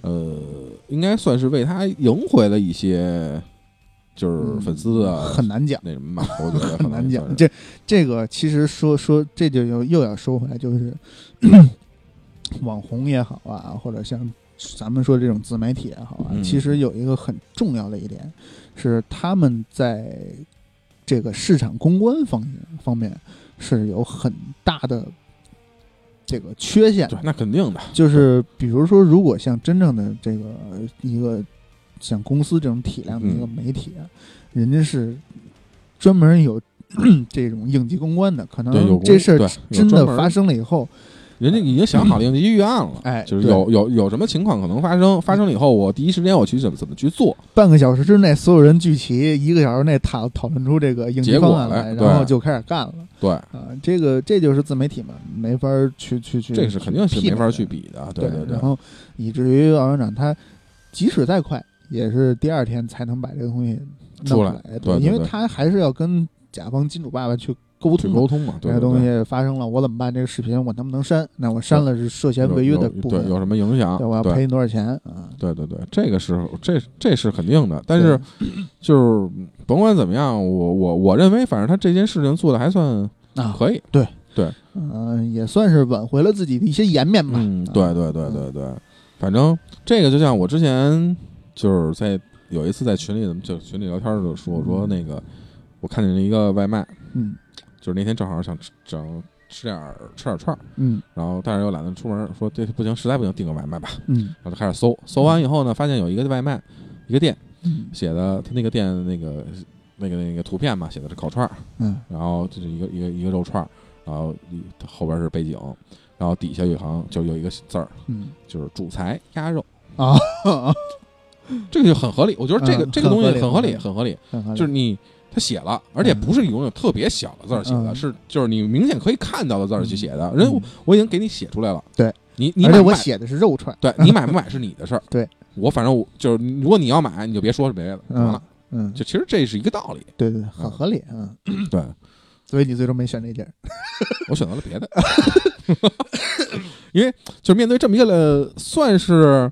Speaker 2: 呃，应该算是为他赢回了一些就是粉丝啊的、
Speaker 1: 嗯很难讲。
Speaker 2: 那什么吧，我觉
Speaker 1: <laughs>
Speaker 2: 得
Speaker 1: 很
Speaker 2: 可能
Speaker 1: 难
Speaker 2: 也
Speaker 1: 讲
Speaker 2: 算。是
Speaker 1: 这这个其实说说这就又又要说回来，就是
Speaker 2: <coughs>
Speaker 1: 网红也好啊，或者像咱们说这种自媒体也好啊，
Speaker 2: 嗯
Speaker 1: 其实有一个很重要的一点是，他们在这个市场公关方面方面是有很大的这个缺陷的
Speaker 2: 对，那肯定的，
Speaker 1: 就是比如说，如果像真正的这个呃一个像公司这种体量的一个
Speaker 2: 嗯
Speaker 1: 媒体啊，人家是专门有 <clears throat> 这种应急公关的，可
Speaker 2: 对，有
Speaker 1: 能嗯这事
Speaker 2: 对
Speaker 1: 儿
Speaker 2: 有
Speaker 1: 真
Speaker 2: 专
Speaker 1: 的
Speaker 2: 门
Speaker 1: 发生了以后，
Speaker 2: 人家已经想好了应急预案了，
Speaker 1: 哎
Speaker 2: 就是
Speaker 1: 对
Speaker 2: 有有有什么情况可能发生，发生了以后，我第一时间我去怎么怎么去做，
Speaker 1: 半个小时之内所有人聚齐，一个小时内讨讨论出这个应急
Speaker 2: 结果
Speaker 1: 方案来，
Speaker 2: 来对
Speaker 1: 然后就开始干了
Speaker 2: 对，
Speaker 1: 啊、这个这就是自媒体嘛，没法儿去去去，
Speaker 2: 这是肯定是
Speaker 1: 媲美
Speaker 2: 没法
Speaker 1: 的
Speaker 2: 去比的，
Speaker 1: 对
Speaker 2: 对对
Speaker 1: 然，后以至于敖院长他即使再快，也是第二天才能把这个东西弄
Speaker 2: 出
Speaker 1: 来
Speaker 2: 来，对对
Speaker 1: 因为
Speaker 2: 对
Speaker 1: 他还是要跟甲方金主爸爸去沟
Speaker 2: 去
Speaker 1: 通嘛。
Speaker 2: 沟通嘛，
Speaker 1: 这
Speaker 2: 对
Speaker 1: 个
Speaker 2: 对对
Speaker 1: 东西发生了，我怎么办？这个视频我能不能删？那我删了是涉嫌
Speaker 2: 有
Speaker 1: 违约的
Speaker 2: 有
Speaker 1: 部
Speaker 2: 对
Speaker 1: 分，
Speaker 2: 有什么影响？
Speaker 1: 对，我要
Speaker 2: 对
Speaker 1: 赔你多少钱啊？
Speaker 2: 对对对，这个是这这是肯定的，但是就是甭管怎么样，我我我认为，反正他这件事情做的还算
Speaker 1: 对啊，
Speaker 2: 可以。
Speaker 1: 嗯，也算是挽回了自己的一些颜面吧。
Speaker 2: 嗯，
Speaker 1: 啊
Speaker 2: 对对对对对，反正这个就像我之前就是在有一次在群里咱们就群里聊天的时候说，我说那个我看见了一个外卖，
Speaker 1: 嗯
Speaker 2: 就是那天正好想吃想吃点儿吃点儿串儿，
Speaker 1: 嗯
Speaker 2: 然后但是又懒得出门，说这不行，实在不行订个外卖吧，
Speaker 1: 嗯
Speaker 2: 然后就开始搜，搜完以后呢，发现有一个外卖一个店
Speaker 1: 嗯
Speaker 2: 写的他那个店的那个那个那个图片嘛，写的是烤串儿，
Speaker 1: 嗯
Speaker 2: 然后这是一个一个一个肉串儿，然后一后边是背景，然后底下有一行就有一个字儿，
Speaker 1: 嗯
Speaker 2: 就是主材鸭肉，
Speaker 1: 啊，
Speaker 2: 这个就很合理。我觉得这个、
Speaker 1: 嗯
Speaker 2: 这个东西
Speaker 1: 很
Speaker 2: 很
Speaker 1: 合
Speaker 2: 合
Speaker 1: 理
Speaker 2: 理，很合理，
Speaker 1: 就
Speaker 2: 就是你。他写了，而且不是用那种特别小的字儿写的，
Speaker 1: 嗯
Speaker 2: 是就是你明显可以看到的字儿去写的。
Speaker 1: 嗯
Speaker 2: 人我我已经给你写出来了，
Speaker 1: 对
Speaker 2: 你你
Speaker 1: 而
Speaker 2: 买
Speaker 1: 且
Speaker 2: 不
Speaker 1: 我
Speaker 2: 买
Speaker 1: 写的是肉串，。
Speaker 2: 对你买不买是你的事儿
Speaker 1: <laughs> 对
Speaker 2: 我反正我就是，如果你要买，你就别说是别的，完
Speaker 1: 嗯
Speaker 2: 了。
Speaker 1: 嗯，
Speaker 2: 就其实这是一个道理。
Speaker 1: 对对，对很合理嗯，
Speaker 2: 对
Speaker 1: 所以你最终没选这件儿，
Speaker 2: 我选择了别的， <laughs> 因为就是面对这么一个呃算是。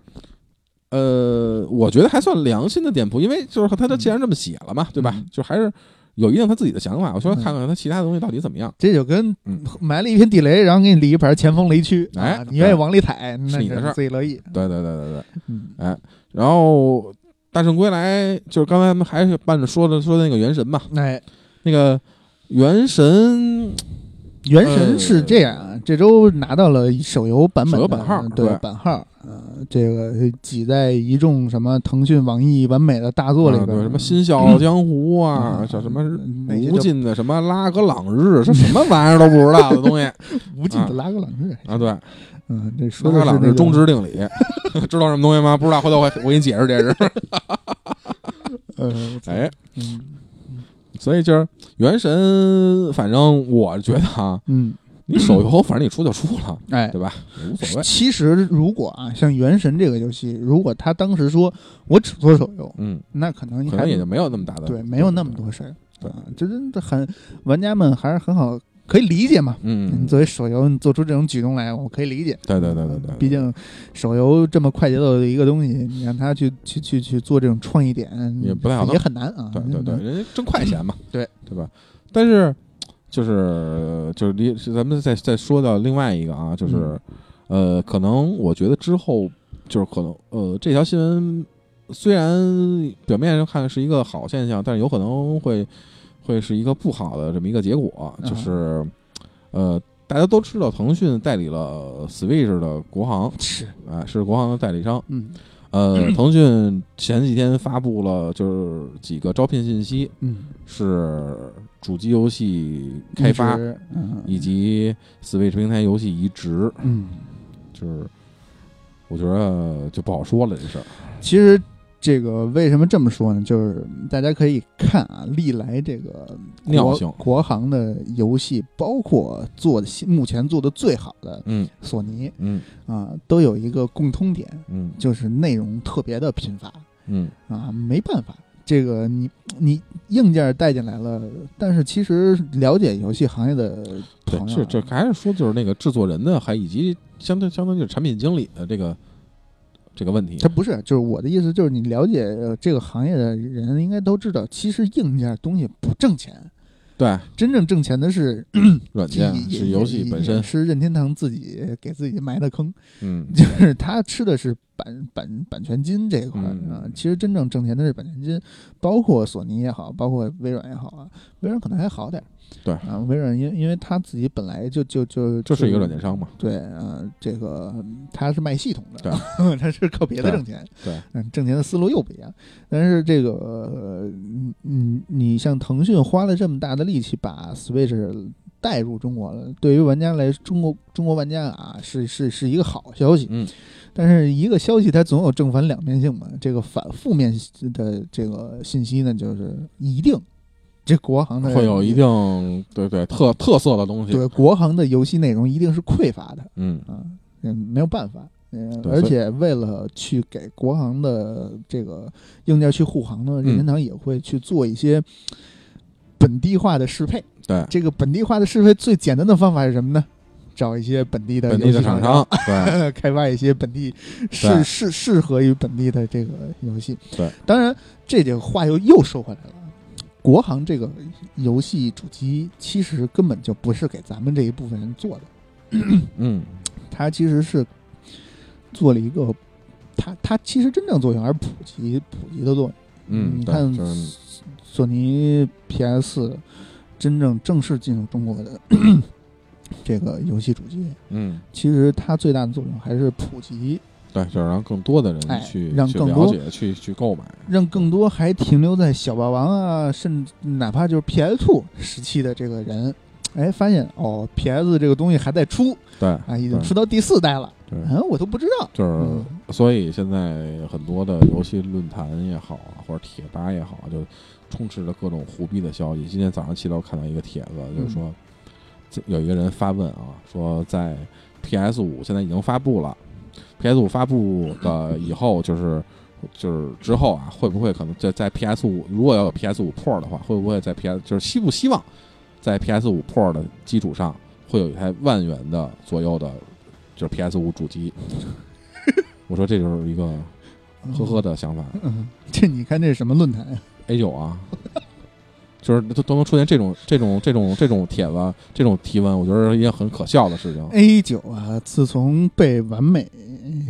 Speaker 2: 呃，我觉得还算良心的店铺，因为就是他他既然这么写了嘛，对吧
Speaker 1: 嗯？
Speaker 2: 就还是有一定他自己的想法。我说
Speaker 1: 嗯
Speaker 2: 看看他其他的东西到底怎么样，
Speaker 1: 这就跟
Speaker 2: 嗯
Speaker 1: 埋了一片地雷，然后给你立一盘前锋雷区，
Speaker 2: 哎
Speaker 1: 啊，你愿意往里踩，那
Speaker 2: 是你的事儿
Speaker 1: 自己乐意。
Speaker 2: 对对对对对。
Speaker 1: 嗯
Speaker 2: 然后大圣归来，就是刚才咱们还
Speaker 1: 嗯
Speaker 2: 是伴着说的说的那个原神嘛，
Speaker 1: 哎，
Speaker 2: 那个原神，
Speaker 1: 原神是这样，啊，这周拿到了手游版本的
Speaker 2: 呃手游版号
Speaker 1: 对
Speaker 2: 对
Speaker 1: 版号，呃，这个挤在一众什么腾讯、网易完美的大作里
Speaker 2: 啊
Speaker 1: 边
Speaker 2: 对
Speaker 1: 儿，
Speaker 2: 什么《新笑傲江湖》啊，
Speaker 1: 嗯
Speaker 2: 叫什么
Speaker 1: 哪些叫
Speaker 2: 无尽的什么拉格朗日，这什么玩意儿都不知道的东西 <laughs>
Speaker 1: 无尽的拉格朗日，
Speaker 2: 啊！对，
Speaker 1: 嗯，这说
Speaker 2: 拉
Speaker 1: 的
Speaker 2: 格
Speaker 1: 是
Speaker 2: 朗
Speaker 1: 那
Speaker 2: 日
Speaker 1: 个
Speaker 2: 中指定理， <laughs> 知道什么东西吗？不知道，回头我我给你解释解释。 <laughs>
Speaker 1: 呃，
Speaker 2: 哎，
Speaker 1: 嗯
Speaker 2: 所以就是《原神》，反正我觉得啊，
Speaker 1: 嗯，
Speaker 2: 你手游反正你出就出了，
Speaker 1: 哎，
Speaker 2: 对吧？无所谓。
Speaker 1: 其实如果啊，像《原神》这个游戏，如果他当时说我只做手游，
Speaker 2: 嗯，
Speaker 1: 那可能
Speaker 2: 可
Speaker 1: 还
Speaker 2: 能也就没有那么大的
Speaker 1: 对，没有那么多事儿。
Speaker 2: 对
Speaker 1: 啊，这真的很玩家们还是很好，可以理解嘛。
Speaker 2: 嗯
Speaker 1: 你，作为手游，你做出这种举动来，我可以理解。
Speaker 2: 对对对对对，
Speaker 1: 毕竟手游这么快节奏的一个东西，你让他去去去去做这种创意点，
Speaker 2: 也不太好弄
Speaker 1: 也很难啊。
Speaker 2: 对对对，
Speaker 1: 嗯，
Speaker 2: 人家挣快钱嘛，
Speaker 1: 对
Speaker 2: 对吧？但是就是就是离是咱们再再说到另外一个啊，就是、
Speaker 1: 嗯
Speaker 2: 呃，可能我觉得之后就是可能呃，这条新闻虽然表面上看是一个好现象，但是有可能会会是一个不好的这么一个结果，
Speaker 1: 嗯
Speaker 2: 就是、呃。大家都知道，腾讯代理了 Switch 的国行，
Speaker 1: 是，
Speaker 2: 啊，是国行的代理商。
Speaker 1: 嗯 <clears throat>
Speaker 2: 呃，腾讯前几天发布了就是几个招聘信息，
Speaker 1: 嗯，
Speaker 2: 是主机游戏开
Speaker 1: 一
Speaker 2: 发
Speaker 1: 直，嗯
Speaker 2: 以及 Switch 平台游戏移植，
Speaker 1: 嗯，
Speaker 2: 就是我觉得就不好说了这事儿。
Speaker 1: 其实。这个为什么这么说呢？就是大家可以看啊，历来这个
Speaker 2: 尿
Speaker 1: 国
Speaker 2: 性
Speaker 1: 国行的游戏，包括做的目前做的最好的
Speaker 2: 嗯
Speaker 1: 索尼
Speaker 2: 嗯
Speaker 1: 啊，都有一个共通点，
Speaker 2: 嗯
Speaker 1: 就是内容特别的贫乏
Speaker 2: 嗯，
Speaker 1: 啊，没办法，这个你你硬件带进来了，但是其实了解游戏行业的
Speaker 2: 对，
Speaker 1: 朋友
Speaker 2: 这
Speaker 1: 啊，
Speaker 2: 这还是说就是那个制作人的，还以及相对相当就是产品经理的这个这个问题。
Speaker 1: 他不是，就是我的意思，就是你了解呃这个行业的人应该都知道，其实硬件东西不挣钱，
Speaker 2: 对，
Speaker 1: 真正挣钱的是
Speaker 2: 软件
Speaker 1: 也
Speaker 2: 是
Speaker 1: 也
Speaker 2: 游戏
Speaker 1: 也
Speaker 2: 本身，
Speaker 1: 是任天堂自己给自己埋的坑，
Speaker 2: 嗯
Speaker 1: 就是他吃的是版版版权金这一块儿
Speaker 2: 嗯
Speaker 1: 啊。其实真正挣钱的是版权金，包括索尼也好，包括微软也好啊。微软可能还好点儿，
Speaker 2: 对
Speaker 1: 啊，微软因因为他自己本来就就就
Speaker 2: 就是一个软件商嘛。
Speaker 1: 对，呃，这个他是卖系统的，他是靠别的
Speaker 2: 对
Speaker 1: 挣钱，
Speaker 2: 对，
Speaker 1: 嗯，挣钱的思路又不一样。但是这个，呃，你你你像腾讯花了这么大的力气把 Switch 带入中国了，对于玩家来，中国中国玩家啊，是是是一个好消息。
Speaker 2: 嗯，
Speaker 1: 但是一个消息它总有正反两面性嘛，这个反负面的这个信息呢，就是一定，这国行的
Speaker 2: 会有一定对对特特色的东西。
Speaker 1: 对国行的游戏内容一定是匮乏的。
Speaker 2: 嗯，
Speaker 1: 啊，嗯，没有办法。嗯，
Speaker 2: 对
Speaker 1: 而
Speaker 2: 所以
Speaker 1: 且为了去给国行的这个硬件去护航呢，
Speaker 2: 嗯
Speaker 1: 任天堂也会去做一些本地化的适配。
Speaker 2: 对，
Speaker 1: 这个本地化的适配最简单的方法是什么呢？找一些本地的
Speaker 2: 本
Speaker 1: 游
Speaker 2: 地
Speaker 1: 戏
Speaker 2: 的厂
Speaker 1: 商 <laughs>
Speaker 2: 商，， <laughs> 对，
Speaker 1: 呃开发一些本地适
Speaker 2: 对
Speaker 1: 适适合于本地的这个游戏。
Speaker 2: 对，
Speaker 1: 当然这个话又又说回来了。国行这个游戏主机其实根本就不是给咱们这一部分人做的，
Speaker 2: 嗯，
Speaker 1: 它其实是做了一个，它它其实真正作用还是普及普及的作用。
Speaker 2: 嗯，
Speaker 1: 你
Speaker 2: 对
Speaker 1: 看
Speaker 2: 就是
Speaker 1: 索尼 PS 真正正式进入中国的 <clears throat> 这个游戏主机，
Speaker 2: 嗯，
Speaker 1: 其实它最大的作用还是普及，
Speaker 2: 对，就是让更多的
Speaker 1: 哎
Speaker 2: 人去、
Speaker 1: 让
Speaker 2: 去
Speaker 1: 更
Speaker 2: 了
Speaker 1: 多
Speaker 2: 解、去去购买。
Speaker 1: 让更多还停留在小霸王啊，甚至哪怕就是 PS Two 时期的这个人。哎，发现哦，PS 这个东西还在出
Speaker 2: 对
Speaker 1: 啊，已经
Speaker 2: 对呃
Speaker 1: 出到第四代了，
Speaker 2: 对，
Speaker 1: 嗯，我都不知道。
Speaker 2: 就是、
Speaker 1: 嗯
Speaker 2: 所以现在很多的游戏论坛也好啊，或者贴吧也好啊，就充斥着各种胡逼的消息。今天早上起来我看到一个帖子，就是说、这有一个人发问啊，说在 PS 五现在已经发布了，PS 五发布的以后就是。就是之后啊，会不会可能在在 PS 五，如果要有 PS 五 Pro 的话，会不会在 PS 就是希不希望在 PS 五 Pro 的基础上，会有一台万元的左右的，就是 PS 五主机。我说这就是一个呵呵的想法。
Speaker 1: 嗯， <laughs> 这你看这是什么论坛啊？
Speaker 2: 哎，有啊，就是都都能出现这种这种这种这种帖子、这种提问，我觉得是一件很可笑的事情。
Speaker 1: A 九啊，自从被完美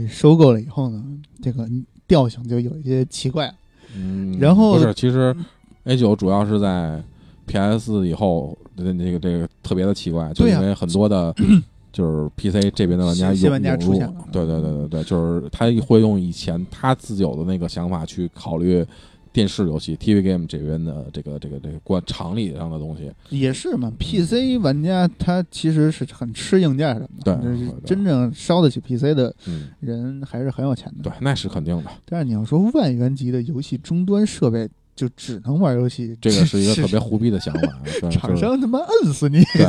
Speaker 1: 收购了以后呢，这个调性就有一些奇怪了。
Speaker 2: 嗯，
Speaker 1: 然后嗯
Speaker 2: 不是，其实 A 九主要是在 PS 以后这这个这个特别的奇怪，就
Speaker 1: 对
Speaker 2: 因
Speaker 1: 呀
Speaker 2: 为很
Speaker 1: <clears throat>
Speaker 2: 多的，就是 PC 这边的玩家
Speaker 1: 新新玩家
Speaker 2: 涌
Speaker 1: 出现
Speaker 2: 入
Speaker 1: 了
Speaker 2: 对对对对对，就是他会用以前他自有的那个想法去考虑电视游戏 TV game 这边的这个这个这个惯常理上的东西，
Speaker 1: 也是
Speaker 2: 嗯
Speaker 1: 嘛，PC 玩家他其实是很吃硬件的，
Speaker 2: 对
Speaker 1: 就是
Speaker 2: 对
Speaker 1: 真正烧得起 PC 的
Speaker 2: 嗯，
Speaker 1: 人还是很有钱的。
Speaker 2: 对，那是肯定的，
Speaker 1: 但是你要说万元级的游戏终端设备，就只能玩游戏，
Speaker 2: 这个是一个
Speaker 1: 是
Speaker 2: 特别胡逼的想法，啊对
Speaker 1: 厂
Speaker 2: 就是
Speaker 1: 商他妈摁死你！
Speaker 2: 对，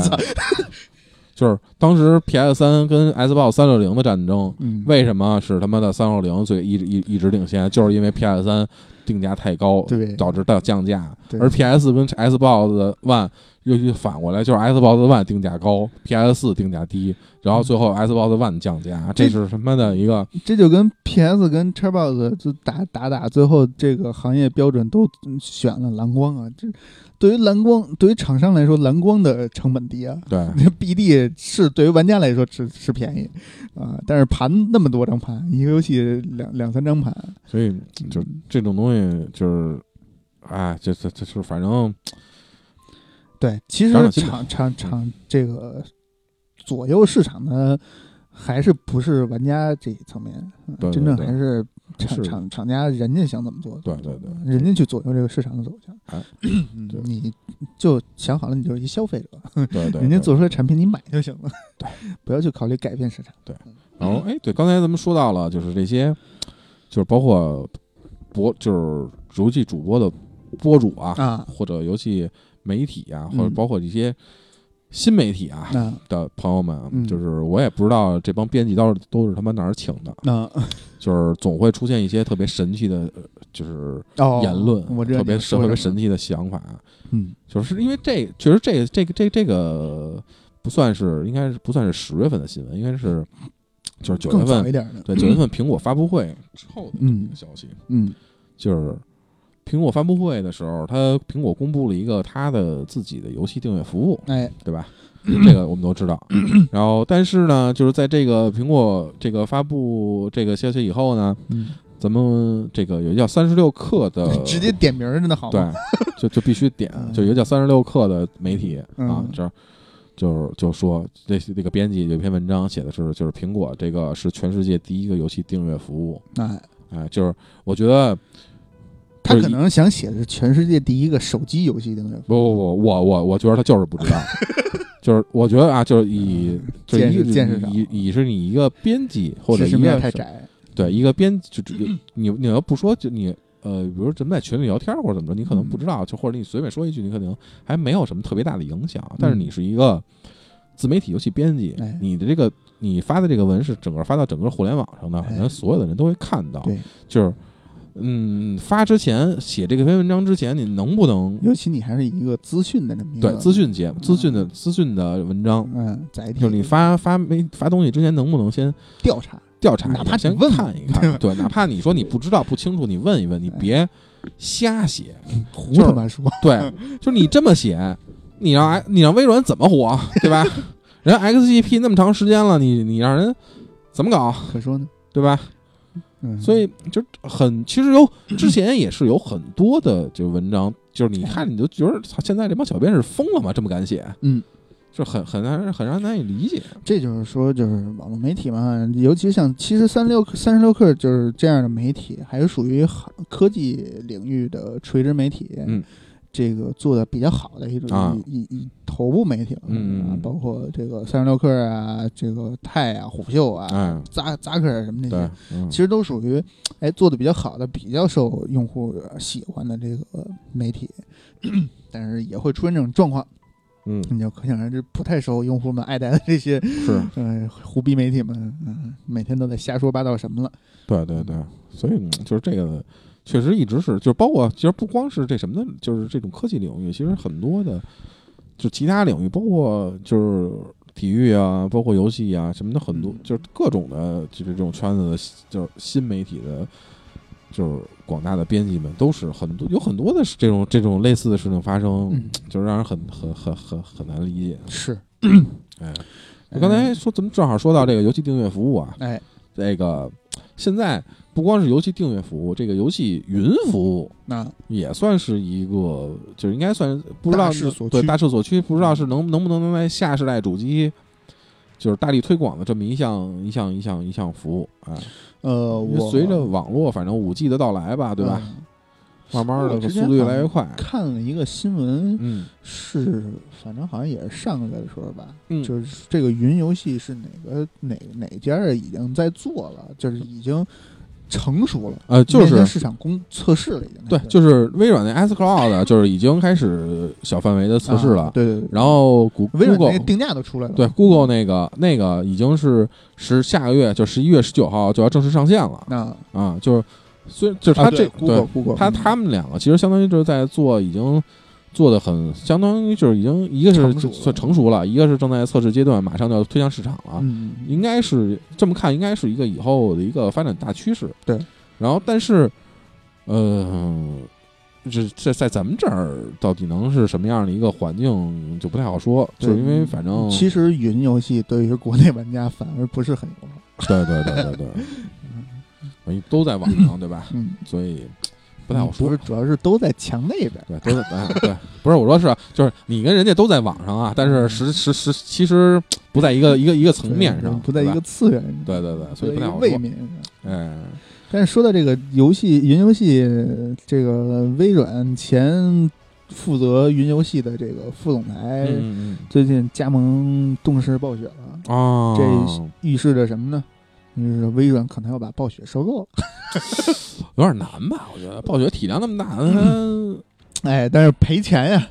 Speaker 2: 就是当时 PS 三跟 Xbox 三六零的战争，
Speaker 1: 嗯，
Speaker 2: 为什么是他妈的三六零最一直一一直领先？就是因为 PS 三定价太高，
Speaker 1: 对
Speaker 2: 导致到降价。
Speaker 1: 对
Speaker 2: 而 PS 跟 Xbox One 又又反过来，就是 Xbox One 定价高，PS 四定价低，然后最后 Xbox One 降价，这
Speaker 1: 这
Speaker 2: 是什么的一个
Speaker 1: 这就跟 PS 跟 Xbox 就打打打，最后这个行业标准都嗯选了蓝光啊。这对于蓝光，对于厂商来说，蓝光的成本低啊。
Speaker 2: 对。
Speaker 1: 那 BD 是对于玩家来说是是便宜啊，但是盘那么多张盘，一个游戏两两三张盘，
Speaker 2: 所以就是这种东西，就是哎，这这这就是反正
Speaker 1: 对，其
Speaker 2: 长长
Speaker 1: 实
Speaker 2: 心吧
Speaker 1: 厂厂厂这个左右市场的还是不是玩家这一层面，嗯
Speaker 2: 对对
Speaker 1: 真正
Speaker 2: 对
Speaker 1: 还是
Speaker 2: 是
Speaker 1: 厂厂厂家人家想怎么做，
Speaker 2: 对对对，
Speaker 1: 人家去左右这个市场的走向。 <clears throat>
Speaker 2: 哎对
Speaker 1: 你就想好了，你就是一消费者，
Speaker 2: 对对，
Speaker 1: 人家
Speaker 2: 对
Speaker 1: 做出来产品你买就行了，
Speaker 2: 对，
Speaker 1: <laughs> 不要去考虑改变市场。
Speaker 2: 然后，哎，对，刚才咱们说到了，就是这些，就是包括博，就是游戏主播的博主啊，
Speaker 1: 啊
Speaker 2: 或者游戏媒体啊，
Speaker 1: 嗯
Speaker 2: 或者包括一些新媒体啊、
Speaker 1: 那
Speaker 2: 的朋友们啊，
Speaker 1: 嗯
Speaker 2: 就是我也不知道这帮编辑到底都是他妈哪儿请的，
Speaker 1: 那
Speaker 2: 就是总会出现一些特别神奇的，呃就是
Speaker 1: 哦，
Speaker 2: 言论，
Speaker 1: 我知道
Speaker 2: 特别
Speaker 1: 你说
Speaker 2: 特
Speaker 1: 什么
Speaker 2: 别神
Speaker 1: 了，
Speaker 2: 奇的想法，啊
Speaker 1: 嗯，
Speaker 2: 就是因为这，其实这这个这这个不算是，应该是不算是十月份的新闻，应该是就是九月
Speaker 1: 更
Speaker 2: 份
Speaker 1: 早一点的，
Speaker 2: 对，九月份苹果发布会之后的
Speaker 1: 嗯
Speaker 2: 这个消息，
Speaker 1: 嗯
Speaker 2: 就是苹果发布会的时候，它苹果公布了一个它的自己的游戏订阅服务，
Speaker 1: 哎，
Speaker 2: 对吧？这个我们都知
Speaker 1: <clears throat>
Speaker 2: 道。然后，但是呢，就是在这个苹果这个发布这个消息以后呢，
Speaker 1: 嗯，，
Speaker 2: 咱们这个有一个叫三十六氪的
Speaker 1: 嗯直接点名儿真的好吗？
Speaker 2: 对，就就必须点，
Speaker 1: 嗯
Speaker 2: 就有一个叫三十六氪的媒体、啊
Speaker 1: 嗯，
Speaker 2: 这儿就是就说这这个编辑有一篇文章写的是，就是苹果这个是全世界第一个游戏订阅服务，
Speaker 1: 哎，
Speaker 2: 哎，就是我觉得
Speaker 1: 他
Speaker 2: 就是
Speaker 1: 可
Speaker 2: 一
Speaker 1: 能想写的是全世界第一个手机游戏订阅服务
Speaker 2: 不不不，我我我觉得他就是不知道， <laughs> 就是我觉得啊，就是以就是
Speaker 1: 嗯见识
Speaker 2: 以
Speaker 1: 见识少
Speaker 2: 以以是你一个编辑或者
Speaker 1: 知识
Speaker 2: 一
Speaker 1: 面
Speaker 2: 个
Speaker 1: 太窄，
Speaker 2: 对一个编辑就就
Speaker 1: 嗯
Speaker 2: 你你要不说就你。呃，比如咱们在群里聊天或者怎么着，你可能
Speaker 1: 嗯
Speaker 2: 不知道，就或者你随便说一句，你可能还没有什么特别大的影响。但是你是一个自媒体游戏编辑
Speaker 1: 嗯哎，
Speaker 2: 你的这个你发的这个文是整个发到整个互联网上的，可能
Speaker 1: 哎
Speaker 2: 所有的人都会看到。
Speaker 1: 对，
Speaker 2: 就是嗯，发之前写这个篇文章之前，你能不能
Speaker 1: 尤其你还是一个资讯的这么一个
Speaker 2: 对资，讯节目、资讯的资讯的文章，
Speaker 1: 嗯，载体
Speaker 2: 就是你发发没发东西之前，能不能先
Speaker 1: 调查，
Speaker 2: 调查一下，
Speaker 1: 哪怕你
Speaker 2: 先
Speaker 1: 问哎
Speaker 2: 看一
Speaker 1: <laughs>
Speaker 2: 看，对，哪怕你说你不知道、不清楚，你问一问，你别瞎写，
Speaker 1: <laughs> 胡
Speaker 2: 就是
Speaker 1: 他妈说， <laughs>
Speaker 2: 对，就是你这么写，你让 I- 你让微软怎么活，对
Speaker 1: <laughs>
Speaker 2: 吧？人 XGP 那么长时间了，你你让人怎么搞，
Speaker 1: 可说呢，
Speaker 2: 对吧？
Speaker 1: 嗯，
Speaker 2: 所以就很，其实有之前也是有很多的就文章，就是你看你就觉得，操，现在这帮小编是疯了吗？这么敢写，
Speaker 1: 嗯，
Speaker 2: 就很很难很让人难以理解，
Speaker 1: 这就是说，就是网络媒体嘛，尤其像其实三六三十六氪就是这样的媒体，还是属于行科技领域的垂直媒体，
Speaker 2: 嗯，
Speaker 1: 这个做的比较好的一种、
Speaker 2: 啊
Speaker 1: 一一一头部媒体了，
Speaker 2: 嗯嗯
Speaker 1: 啊
Speaker 2: 嗯
Speaker 1: 包括这个三十六氪啊，这个泰啊、虎嗅啊、
Speaker 2: 哎，
Speaker 1: 扎扎克啊什么那些
Speaker 2: 对，，嗯
Speaker 1: 其实都属于哎做的比较好的、比较受用户喜欢的这个媒体， <coughs> 但是也会出现这种状况，
Speaker 2: 嗯
Speaker 1: 你就可想而知，不太受用户们爱戴的这些
Speaker 2: 是，
Speaker 1: 呃胡逼媒体们，嗯、每天都在瞎说八道什么了。
Speaker 2: 对对对，所以嗯就是这个，确实一直是，就是包括其实不光是这什么的，就是这种科技领域，其实很多的，就其他领域，包括就是体育啊，包括游戏啊什么的，很多
Speaker 1: 嗯
Speaker 2: 就是各种的，就是这种圈子的，就是新媒体的，就是广大的编辑们，都是很多有很多的这种这种类似的事情发生，
Speaker 1: 嗯，
Speaker 2: 就是让人很很很很很难理解。
Speaker 1: 是。
Speaker 2: 哎，我刚才说，咱们正好说到这个游戏订阅服务啊，
Speaker 1: 嗯哎，
Speaker 2: 这个现在不光是游戏订阅服务，这个游戏云服务
Speaker 1: 那
Speaker 2: 也算是一个，就是应该算是不知道
Speaker 1: 大势所趋嗯
Speaker 2: 对大势所趋，不知道是能能不能在下世代主机就是大力推广的这么一项一项一项一项服务啊。
Speaker 1: 呃，
Speaker 2: 因为
Speaker 1: 我
Speaker 2: 随着网络反正五 G 的到来吧，对吧？
Speaker 1: 嗯
Speaker 2: 慢慢
Speaker 1: 我
Speaker 2: 的
Speaker 1: 之
Speaker 2: 速
Speaker 1: 前
Speaker 2: 度越来越快。
Speaker 1: 看了一个新闻，
Speaker 2: 嗯
Speaker 1: 是反正好像也是上个月的时候吧，
Speaker 2: 嗯，
Speaker 1: 就是这个云游戏是哪个哪哪家儿已经在做了，就是已经成熟了，
Speaker 2: 呃，就
Speaker 1: 面向
Speaker 2: 是
Speaker 1: 市场公测试了，已经开
Speaker 2: 对，
Speaker 1: 始
Speaker 2: 就是微软的 S Cloud 就是已经开始小范围的测试了。
Speaker 1: 啊对对对，
Speaker 2: 然后谷
Speaker 1: 微软那
Speaker 2: Google
Speaker 1: 个定价都出来了，
Speaker 2: 对 Google 那个那个已经是十下个月就十一月十九号就要正式上线了
Speaker 1: 那
Speaker 2: 啊，就是虽就是它
Speaker 1: 啊
Speaker 2: 这、
Speaker 1: 对 Google Google
Speaker 2: 它他们两个其实相当于就是在做已经做的很相当于就是已经一个是
Speaker 1: 成熟了
Speaker 2: 算成熟了，一个是正在测试阶段，马上就要推向市场了。
Speaker 1: 嗯嗯
Speaker 2: 应该是这么看，应该是一个以后的一个发展大趋势。
Speaker 1: 对，
Speaker 2: 然后但是，呃，这这在咱们这儿到底能是什么样的一个环境，就不太好说，
Speaker 1: 对嗯
Speaker 2: 就是因为反正
Speaker 1: 其实云游戏对于国内玩家反而不是很友好，
Speaker 2: 对对对对对，
Speaker 1: <laughs>
Speaker 2: 反正都在网上，对吧？
Speaker 1: 嗯，
Speaker 2: 所以不太好
Speaker 1: 不
Speaker 2: 说
Speaker 1: 是。主要是都在墙内边，
Speaker 2: 对，都在哎对，不是我说是，就是你跟人家都在网上啊，但是
Speaker 1: 嗯
Speaker 2: 实实实其实不在一个一个一个层面上，
Speaker 1: 不在一
Speaker 2: 对
Speaker 1: 个
Speaker 2: 吧
Speaker 1: 次元上，
Speaker 2: 对对对，所以
Speaker 1: 不在一
Speaker 2: 不太
Speaker 1: 个
Speaker 2: 好
Speaker 1: 位
Speaker 2: 说。
Speaker 1: 面上。
Speaker 2: 哎，
Speaker 1: 但是说到这个游戏云游戏，这个微软前负责云游戏的这个副总裁，
Speaker 2: 嗯嗯
Speaker 1: 最近加盟动视暴雪了，
Speaker 2: 嗯啊，
Speaker 1: 这预示着什么呢？预示着微软可能要把暴雪收购了。 <laughs>
Speaker 2: 有点难吧？我觉得暴雪体量那么大，嗯、
Speaker 1: 哎，但是赔钱呀！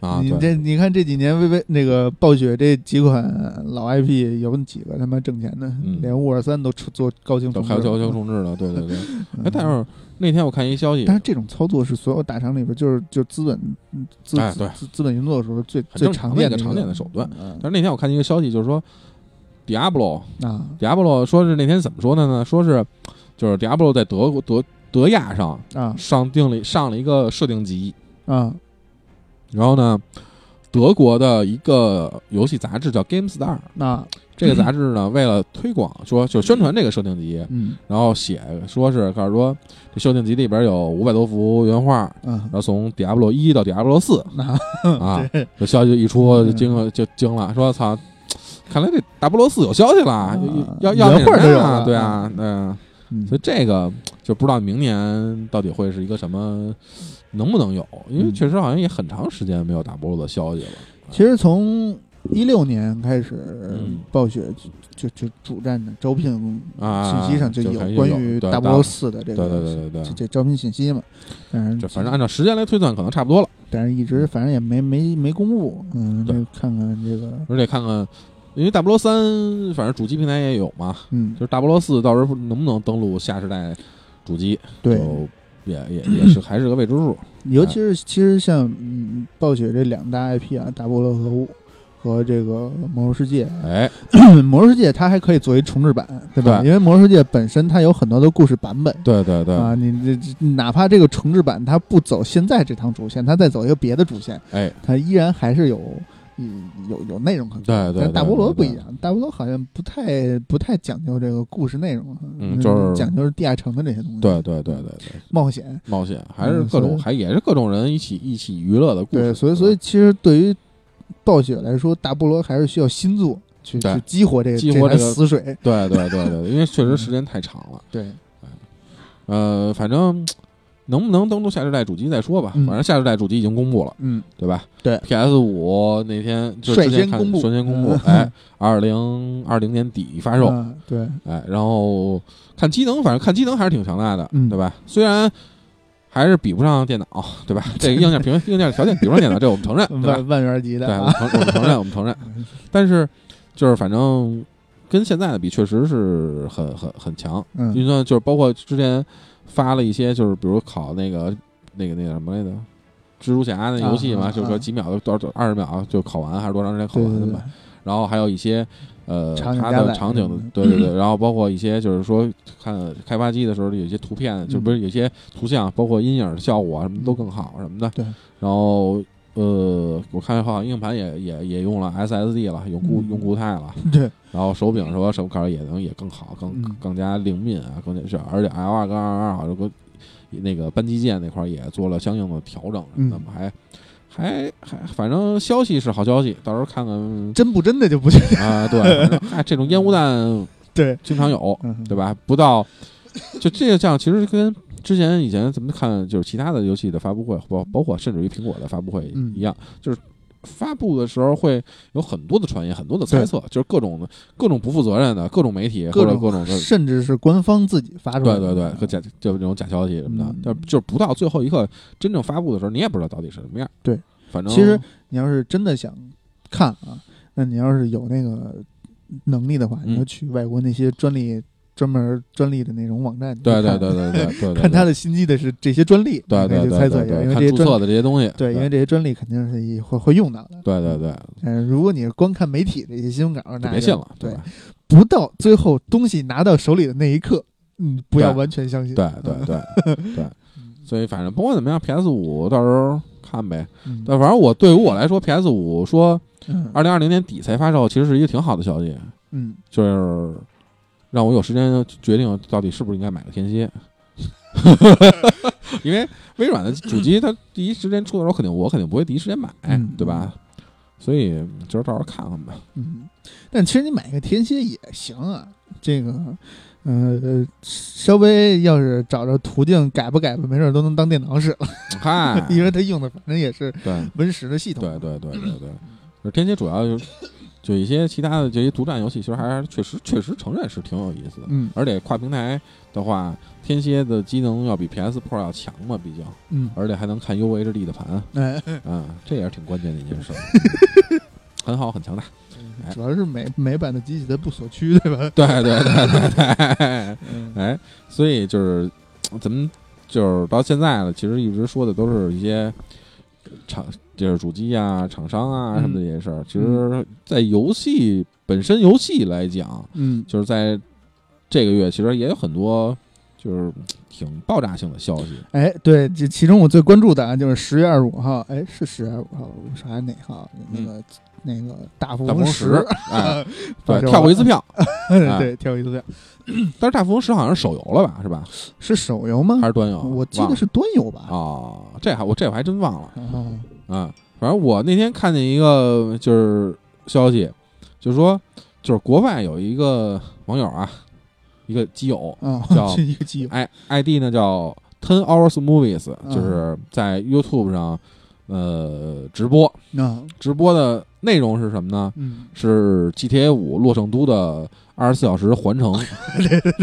Speaker 2: 啊，
Speaker 1: 嗯你
Speaker 2: 对
Speaker 1: 这你看这几年微微那个暴雪这几款老 IP 有几个他妈挣钱的？
Speaker 2: 嗯
Speaker 1: 连五二三都出做高清
Speaker 2: 都
Speaker 1: 重置
Speaker 2: 还
Speaker 1: 了，
Speaker 2: 有交交重置了，对
Speaker 1: <laughs>
Speaker 2: 对对。
Speaker 1: 嗯
Speaker 2: 哎，但是那天我看一消息，
Speaker 1: 但是这种操作是所有大厂里边就是就资本嗯资
Speaker 2: 哎对
Speaker 1: 资资本运作的时候最
Speaker 2: 很
Speaker 1: 最
Speaker 2: 正常的
Speaker 1: 见
Speaker 2: 一个
Speaker 1: 的
Speaker 2: 常见的手段
Speaker 1: 嗯
Speaker 2: 但是那天我看一个消息，就是说，Diablo
Speaker 1: 啊
Speaker 2: Diablo 说是那天怎么说的呢？说是就是 Diablo 在德国德德亚上
Speaker 1: 啊
Speaker 2: 上定了上了一个设定集，
Speaker 1: 啊
Speaker 2: 然后呢，德国的一个游戏杂志叫 Game Star，
Speaker 1: 那
Speaker 2: 这个杂志呢，为了推广说就宣传这个设定集，
Speaker 1: 嗯
Speaker 2: 然后写说是告诉说这设定集里边有五百多幅原画，
Speaker 1: 啊
Speaker 2: 然后从 Diablo 一到 Diablo 四
Speaker 1: 那 <laughs> 嗯
Speaker 2: 啊，这消息一出就惊了，就惊了，说操，看来这 Diablo 四有消息了
Speaker 1: 啊，
Speaker 2: 要要要
Speaker 1: 原画都有
Speaker 2: 啊，
Speaker 1: 了
Speaker 2: 对啊，嗯，
Speaker 1: 嗯
Speaker 2: 所以这个就不知道明年到底会是一个什么，能不能有，因为
Speaker 1: 嗯
Speaker 2: 确实好像也很长时间没有 Diablo 的消息了，
Speaker 1: 其实从一六年开始
Speaker 2: 嗯，
Speaker 1: 暴雪就就就主战的招聘
Speaker 2: 啊
Speaker 1: 信息上就
Speaker 2: 就
Speaker 1: 有
Speaker 2: 开始
Speaker 1: 关
Speaker 2: 有
Speaker 1: 于
Speaker 2: 对
Speaker 1: W 四的这
Speaker 2: 对对
Speaker 1: 个
Speaker 2: 对对对
Speaker 1: 这
Speaker 2: 对，
Speaker 1: 这招聘信息嘛，但
Speaker 2: 这
Speaker 1: 是
Speaker 2: 反正按照时间来推算，可能差不多了。
Speaker 1: 但是一直反正也没没没公布，嗯，
Speaker 2: 对
Speaker 1: 这看看这个
Speaker 2: 而且看看，因为大菠萝三反正主机平台也有嘛，
Speaker 1: 嗯
Speaker 2: 就是大菠萝四到时候能不能登录下世代主机，
Speaker 1: 对。
Speaker 2: 就哎也也也是还是个未知数。
Speaker 1: 尤其是其实像嗯暴雪这两大 IP 啊，大菠萝和和这个魔兽世界，
Speaker 2: 哎，
Speaker 1: 魔兽世界它还可以作为重置版，对吧？
Speaker 2: 对
Speaker 1: 因为魔兽世界本身它有很多的故事版本
Speaker 2: 对对对，
Speaker 1: 啊，你这这哪怕这个重置版它不走现在这趟主线，它再走一个别的主线，
Speaker 2: 哎，
Speaker 1: 它依然还是有。嗯有有内容可看，
Speaker 2: 对对
Speaker 1: 但大
Speaker 2: 对
Speaker 1: 菠萝
Speaker 2: 对
Speaker 1: 不
Speaker 2: 对
Speaker 1: 一样，大菠萝好像不太不太讲究这个故事内容，啊
Speaker 2: 嗯就是
Speaker 1: 讲究是地下城的这些东西，
Speaker 2: 对对对对对，
Speaker 1: 冒险，
Speaker 2: 冒险还是各
Speaker 1: 嗯
Speaker 2: 种，
Speaker 1: 所以
Speaker 2: 还也是各种人一起一起娱乐的故事。
Speaker 1: 对，所以所以
Speaker 2: 吧
Speaker 1: 其实对于暴雪来说，大菠萝还是需要新作去
Speaker 2: 对
Speaker 1: 去激活这个
Speaker 2: 激活
Speaker 1: 这
Speaker 2: 这个
Speaker 1: 潭死水。
Speaker 2: 对对对对，对因为确实时间太长了。
Speaker 1: 对，
Speaker 2: 呃，反正能不能登录下世代主机再说吧，
Speaker 1: 嗯
Speaker 2: 反正下世代主机已经公布了。
Speaker 1: 嗯，
Speaker 2: 对吧？
Speaker 1: 对
Speaker 2: ，PS 五那天就
Speaker 1: 率
Speaker 2: 之前
Speaker 1: 先
Speaker 2: 看
Speaker 1: 公布
Speaker 2: 率先公布，哎，二零二零年底发售，
Speaker 1: 嗯对，
Speaker 2: 哎，然后看机能，反正看机能还是挺强大的，
Speaker 1: 嗯
Speaker 2: 对吧？虽然还是比不上电脑，
Speaker 1: <laughs>
Speaker 2: 对吧？这个硬件平硬件条件比不上电脑，这我们承认， <laughs> 对吧？
Speaker 1: 万万元级
Speaker 2: 对，
Speaker 1: 的
Speaker 2: 我
Speaker 1: 啊
Speaker 2: 们，承我们承认，我们承
Speaker 1: <laughs>
Speaker 2: 认，但是就是反正跟现在的比，确实是很很很强，
Speaker 1: 嗯
Speaker 2: 运算就是包括之前发了一些，就是比如考那个那个那个什么来着，蜘蛛侠那游戏嘛，
Speaker 1: 啊啊
Speaker 2: 就是说
Speaker 1: 啊
Speaker 2: 几秒的多少二十秒就考完，还是多长时间考
Speaker 1: 对
Speaker 2: 完
Speaker 1: 对
Speaker 2: 的
Speaker 1: 对
Speaker 2: 嘛。，然后还有一些呃，
Speaker 1: 场景
Speaker 2: 它
Speaker 1: 加
Speaker 2: 的
Speaker 1: 载
Speaker 2: 场景的
Speaker 1: 嗯，
Speaker 2: 对对对。然后包括一些就是说看开发机的时候有一些图片，就不是有些图像，包括阴影的效果啊什么都更好什么的。
Speaker 1: 对
Speaker 2: 然后呃，我看好像硬盘也也也用了 SSD 了，用固
Speaker 1: 嗯
Speaker 2: 用固态了，
Speaker 1: 对，
Speaker 2: 然后手柄什么手感也能也更好，更
Speaker 1: 嗯
Speaker 2: 更加灵敏啊，更加是，而且 L 二跟 R 二好像跟那个扳机键那块儿也做了相应的调整，
Speaker 1: 嗯
Speaker 2: 那么还还还反正消息是好消息，到时候看看
Speaker 1: 真不真的就不去。
Speaker 2: <laughs> 啊，
Speaker 1: <laughs>
Speaker 2: 对，反正哎，这种烟雾弹
Speaker 1: 对，
Speaker 2: 经常有，
Speaker 1: 嗯，
Speaker 2: 对吧？不到，就这个像其实跟之前以前咱们看就是其他的游戏的发布会，包包括甚至于苹果的发布会
Speaker 1: 嗯
Speaker 2: 一样，就是发布的时候会有很多的传言，很多的猜测，就是各种的各种不负责任的各种媒体
Speaker 1: 各
Speaker 2: 或者
Speaker 1: 种
Speaker 2: 各种的。
Speaker 1: 甚至是官方自己发出来
Speaker 2: 对
Speaker 1: 的。啊
Speaker 2: 对对，和假就这种假消息什么的，
Speaker 1: 嗯
Speaker 2: 但就是不到最后一刻真正发布的时候，你也不知道到底是什么样。
Speaker 1: 对，
Speaker 2: 反正
Speaker 1: 其实你要是真的想看啊，那你要是有那个能力的话，
Speaker 2: 嗯
Speaker 1: 你就去外国那些专利专门专利的那种网站，你
Speaker 2: 对
Speaker 1: 去
Speaker 2: 对
Speaker 1: 看
Speaker 2: 对对对对对，对
Speaker 1: <laughs> 看它的新机的是这些专利，
Speaker 2: 对
Speaker 1: 你可以
Speaker 2: 对
Speaker 1: 去
Speaker 2: 对
Speaker 1: 猜
Speaker 2: 对
Speaker 1: 测一下，
Speaker 2: 对
Speaker 1: 因为这
Speaker 2: 看
Speaker 1: 些
Speaker 2: 注
Speaker 1: 专
Speaker 2: 册的这些东西，
Speaker 1: 对，因为这些专利肯定是以会会用到的。
Speaker 2: 对对对，
Speaker 1: 嗯、如果你是光看媒体的一些新闻稿，
Speaker 2: 就
Speaker 1: 那
Speaker 2: 别
Speaker 1: 就
Speaker 2: 信了，
Speaker 1: 对
Speaker 2: 吧？
Speaker 1: 不到最后东西拿到手里的那一刻，嗯，不要
Speaker 2: 对
Speaker 1: 完全相信。 <laughs>
Speaker 2: 对对 <laughs> 对对，所以反正不管怎么样，PS 五到时候看呗。
Speaker 1: 嗯，
Speaker 2: 但反正我对于我来说，PS 五说
Speaker 1: 嗯
Speaker 2: 二零二零年底才发售，其实是一个挺好的消息，
Speaker 1: 嗯，
Speaker 2: 就是让我有时间决定到底是不是应该买个天蝎。 <laughs> 因为微软的主机，它第一时间出的时候，肯定我肯定不会第一时间买，
Speaker 1: 嗯
Speaker 2: 对吧？所以就是到时候看看吧。 <laughs>
Speaker 1: 嗯，但其实你买个天蝎也行啊，这个，呃，稍微要是找着途径改吧改吧，没准都能当电脑使了， <laughs>，
Speaker 2: 嗨
Speaker 1: 因为它用的反正也是
Speaker 2: 对，
Speaker 1: Win 十的系统。
Speaker 2: 哎对对对对对，就是天蝎主要就是就一些其他的这些独占游戏，其实还是确实确实承认是挺有意思的。
Speaker 1: 嗯
Speaker 2: 而且跨平台的话，天蝎的机能要比 PS Pro 要强嘛，毕竟，
Speaker 1: 嗯，
Speaker 2: 而且还能看 UHD 的盘，
Speaker 1: 哎，
Speaker 2: 嗯，这也是挺关键的一件事儿，很好，很强大。 <laughs> 哎
Speaker 1: 主要是美美版的机器它不锁区，对吧？
Speaker 2: 对对对对对，
Speaker 1: 嗯
Speaker 2: 哎，所以就是咱们就是到现在了，其实一直说的都是一些厂，就是主机啊、厂商啊
Speaker 1: 嗯
Speaker 2: 什么的这些事儿。其实，在游戏本身游戏来讲，
Speaker 1: 嗯
Speaker 2: 就是在这个月，其实也有很多就是挺爆炸性的消息。
Speaker 1: 哎，对，这其中我最关注的啊，就是十月二十五号，哎，是十月二十五号，我说还是哪号？那个、那个大富
Speaker 2: 嗯大
Speaker 1: 翁
Speaker 2: 风
Speaker 1: 十
Speaker 2: 石，哎，
Speaker 1: 发
Speaker 2: 对，
Speaker 1: 售了
Speaker 2: 跳过一次，票，
Speaker 1: <laughs>
Speaker 2: 哎
Speaker 1: 对，跳过一次票，
Speaker 2: 但是大富翁十好像是手游了吧，是吧？
Speaker 1: 是手游吗
Speaker 2: 还？是端游？
Speaker 1: 我记得是端游吧？
Speaker 2: 啊，这还我这我还真忘了
Speaker 1: 啊，
Speaker 2: 啊。反正我那天看见一个就是消息，就是说就是国外有一个网友啊，一个基友，
Speaker 1: 啊
Speaker 2: 叫，
Speaker 1: 这一个机会，
Speaker 2: i ID 呢叫 Ten Hours Movies，
Speaker 1: 嗯
Speaker 2: 就是在 YouTube 上呃直播，
Speaker 1: 啊，
Speaker 2: 直播的内容是什么呢？
Speaker 1: 嗯，
Speaker 2: 是 GTA 五洛圣都的二十四小时环城